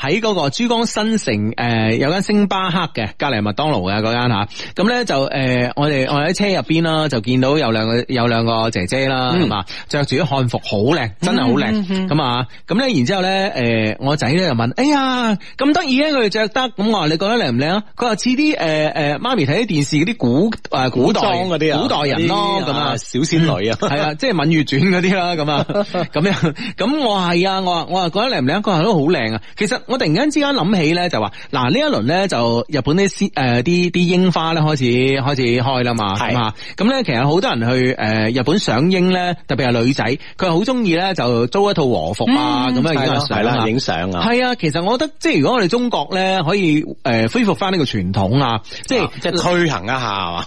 Speaker 1: 喺嗰個珠江新城诶、誒有間星巴克嘅，隔離麥當勞嘅嗰間吓，咁咧就诶、誒我哋我哋喺車入邊啦，就見到有兩個有兩個姐姐啦，
Speaker 3: 嗯
Speaker 1: 係嘛、着住啲漢服好靚，真係好靚，咁啊、咁咧然之後咧，诶、我仔咧就問：哎呀，咁得意嘅啊佢哋着得，咁我話你覺得靚唔靚啊？佢話似啲诶诶媽咪睇啲電視嗰啲古呃诶、古代
Speaker 3: 裝嗰啲啊，
Speaker 1: 古代人咯
Speaker 3: 啲
Speaker 1: 咁啊
Speaker 3: 啊，。小仙女 啊，
Speaker 1: 系啊，即系《芈月傳》嗰啲啦，咁啊， 咁样，咁我係啊，我話我話覺得靚唔靚？佢話都好靚啊。其實我突然間之間諗起咧，就話嗱呢一輪咧就日本啲鮮誒啲啲櫻花咧開始開始開啦嘛，
Speaker 3: 係
Speaker 1: 咁啊，咁咧其實好多人去誒、呃日本賞櫻咧，特別係女仔，佢好中意咧就租一套和服啊，咁樣影下
Speaker 3: 嗯係
Speaker 1: 相
Speaker 3: 啦
Speaker 1: 啊，
Speaker 3: 影相啊，
Speaker 1: 係啊，其實我覺得即係如果我哋中國咧可以誒、呃恢復翻呢個傳統啊，即係
Speaker 3: 啊即係推行一下係嘛。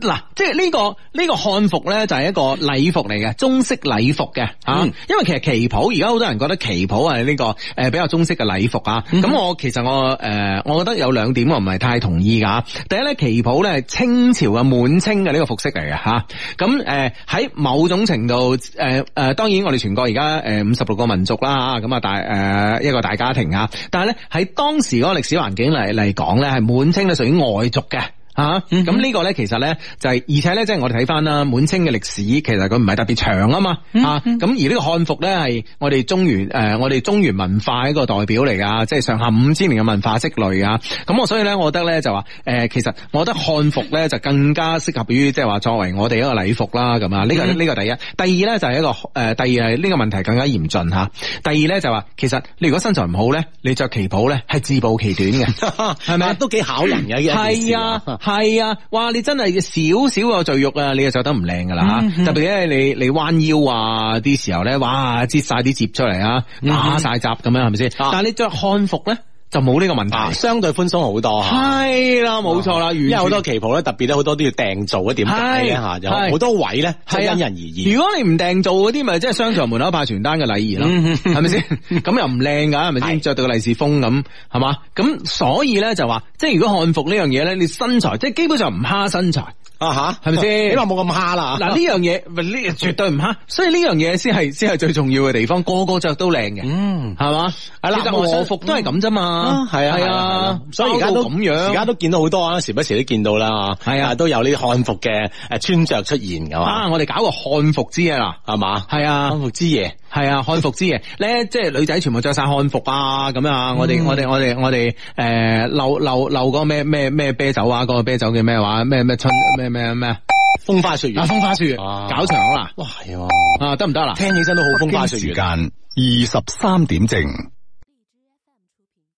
Speaker 1: 嗱，即係呢、個呢、個漢服咧，就係一個禮服嚟嘅，中式禮服嘅吓。啊
Speaker 3: 嗯
Speaker 1: 因為其實旗袍而家好多人覺得旗袍係呢、個誒比較中式嘅禮服啊。咁、我其實我誒、呃我覺得有兩點我唔係太同意㗎。第一咧，旗袍咧係清朝嘅滿清嘅呢個服飾嚟嘅吓。咁誒喺某種程度誒誒、呃，當然我哋全國而家呃誒五十六個民族啦嚇咁啊大誒、呃一個大家庭啊。但係咧喺當時嗰個歷史環境嚟嚟講咧，係滿清咧屬於外族嘅。啊，咁呢個咧其實咧就係、而且咧即係我哋睇翻啦，滿清嘅歷史其實佢唔係特別長啊嘛，啊，咁而呢個漢服咧係我哋中原誒、呃我哋中原文化一個代表嚟噶，即係上下五千年嘅文化積累啊，咁我所以咧，我覺得咧就話誒、呃其實我覺得漢服咧就更加適合於即係話作為我哋一個禮服啦，咁啊，呢、個呢、個第一，第二咧就係、一個誒、呃第二係呢個問題更加嚴峻嚇，第二咧就話其實你如果身材唔好咧，你着旗袍咧係自暴其短嘅。
Speaker 3: 係
Speaker 1: 咪
Speaker 3: 都幾考人嘅？
Speaker 1: 系啊，系啊，哇！你真係少少有赘肉啊，你就着得唔靚噶啦
Speaker 3: 嗯
Speaker 1: 吓。特別咧，你你弯腰啊啲時候咧，哇，擠晒啲摺出嚟啊，
Speaker 3: 嗯
Speaker 1: 打晒雜咁樣係咪先？但係你着漢服咧，就冇呢個問
Speaker 3: 啊，
Speaker 1: 題。
Speaker 3: 相對寬鬆好多嚇。
Speaker 1: 係啦，冇錯啦，完全
Speaker 3: 因為好多旗袍咧，特別咧好多都要訂做嘅，點解咧
Speaker 1: 係
Speaker 3: 嚇？有
Speaker 1: 係
Speaker 3: 好多位咧，即係
Speaker 1: 係啊
Speaker 3: 因人而異。
Speaker 1: 如果你唔訂做嗰啲，咪即係商場門口派傳單嘅禮儀咯，係咪先？ 咁又唔靚㗎，係咪先？
Speaker 3: 嗯係
Speaker 1: 着到個利是封咁，係嘛？咁所以咧就話，即係如果漢服呢樣嘢咧，你身材即係基本上唔蝦身材。
Speaker 3: 啊吓，
Speaker 1: 係咪先
Speaker 3: 起碼冇咁蝦 啦。
Speaker 1: 嗱呢樣嘢，咪呢絕對唔蝦，所以呢樣嘢先係先係最重要嘅地方，個個着都靚嘅，
Speaker 3: 嗯，
Speaker 1: 係嘛？
Speaker 3: 係啦
Speaker 1: 其實
Speaker 3: 我
Speaker 1: 和服都係咁啫嘛，
Speaker 3: 係啊，
Speaker 1: 係
Speaker 3: 係
Speaker 1: 啊
Speaker 3: 啊，，所以而家
Speaker 1: 包
Speaker 3: 都
Speaker 1: 到咁樣，
Speaker 3: 而家都見到好多啊，時不時都見到啦，
Speaker 1: 係啊
Speaker 3: 都有呢啲漢服嘅誒穿着出現噶嘛，
Speaker 1: 啊，我哋搞個漢服之夜啦，
Speaker 3: 係嘛？
Speaker 1: 係啊
Speaker 3: 漢。服之夜，
Speaker 1: 系啊，漢服之夜咧，即係女仔全部着晒漢服啊，咁啊，我哋我哋我哋我哋诶，漏漏漏嗰個咩咩咩啤酒啊，嗰、個啤酒叫咩話？咩咩春咩咩咩啊？
Speaker 3: 風花雪月，
Speaker 1: 風花雪月
Speaker 3: 啊
Speaker 1: 搞場啦，
Speaker 3: 哇係喎，
Speaker 1: 啊得唔得啦？
Speaker 3: 聽起身都好風花雪
Speaker 4: 時
Speaker 3: 月。
Speaker 4: 間二十三點正。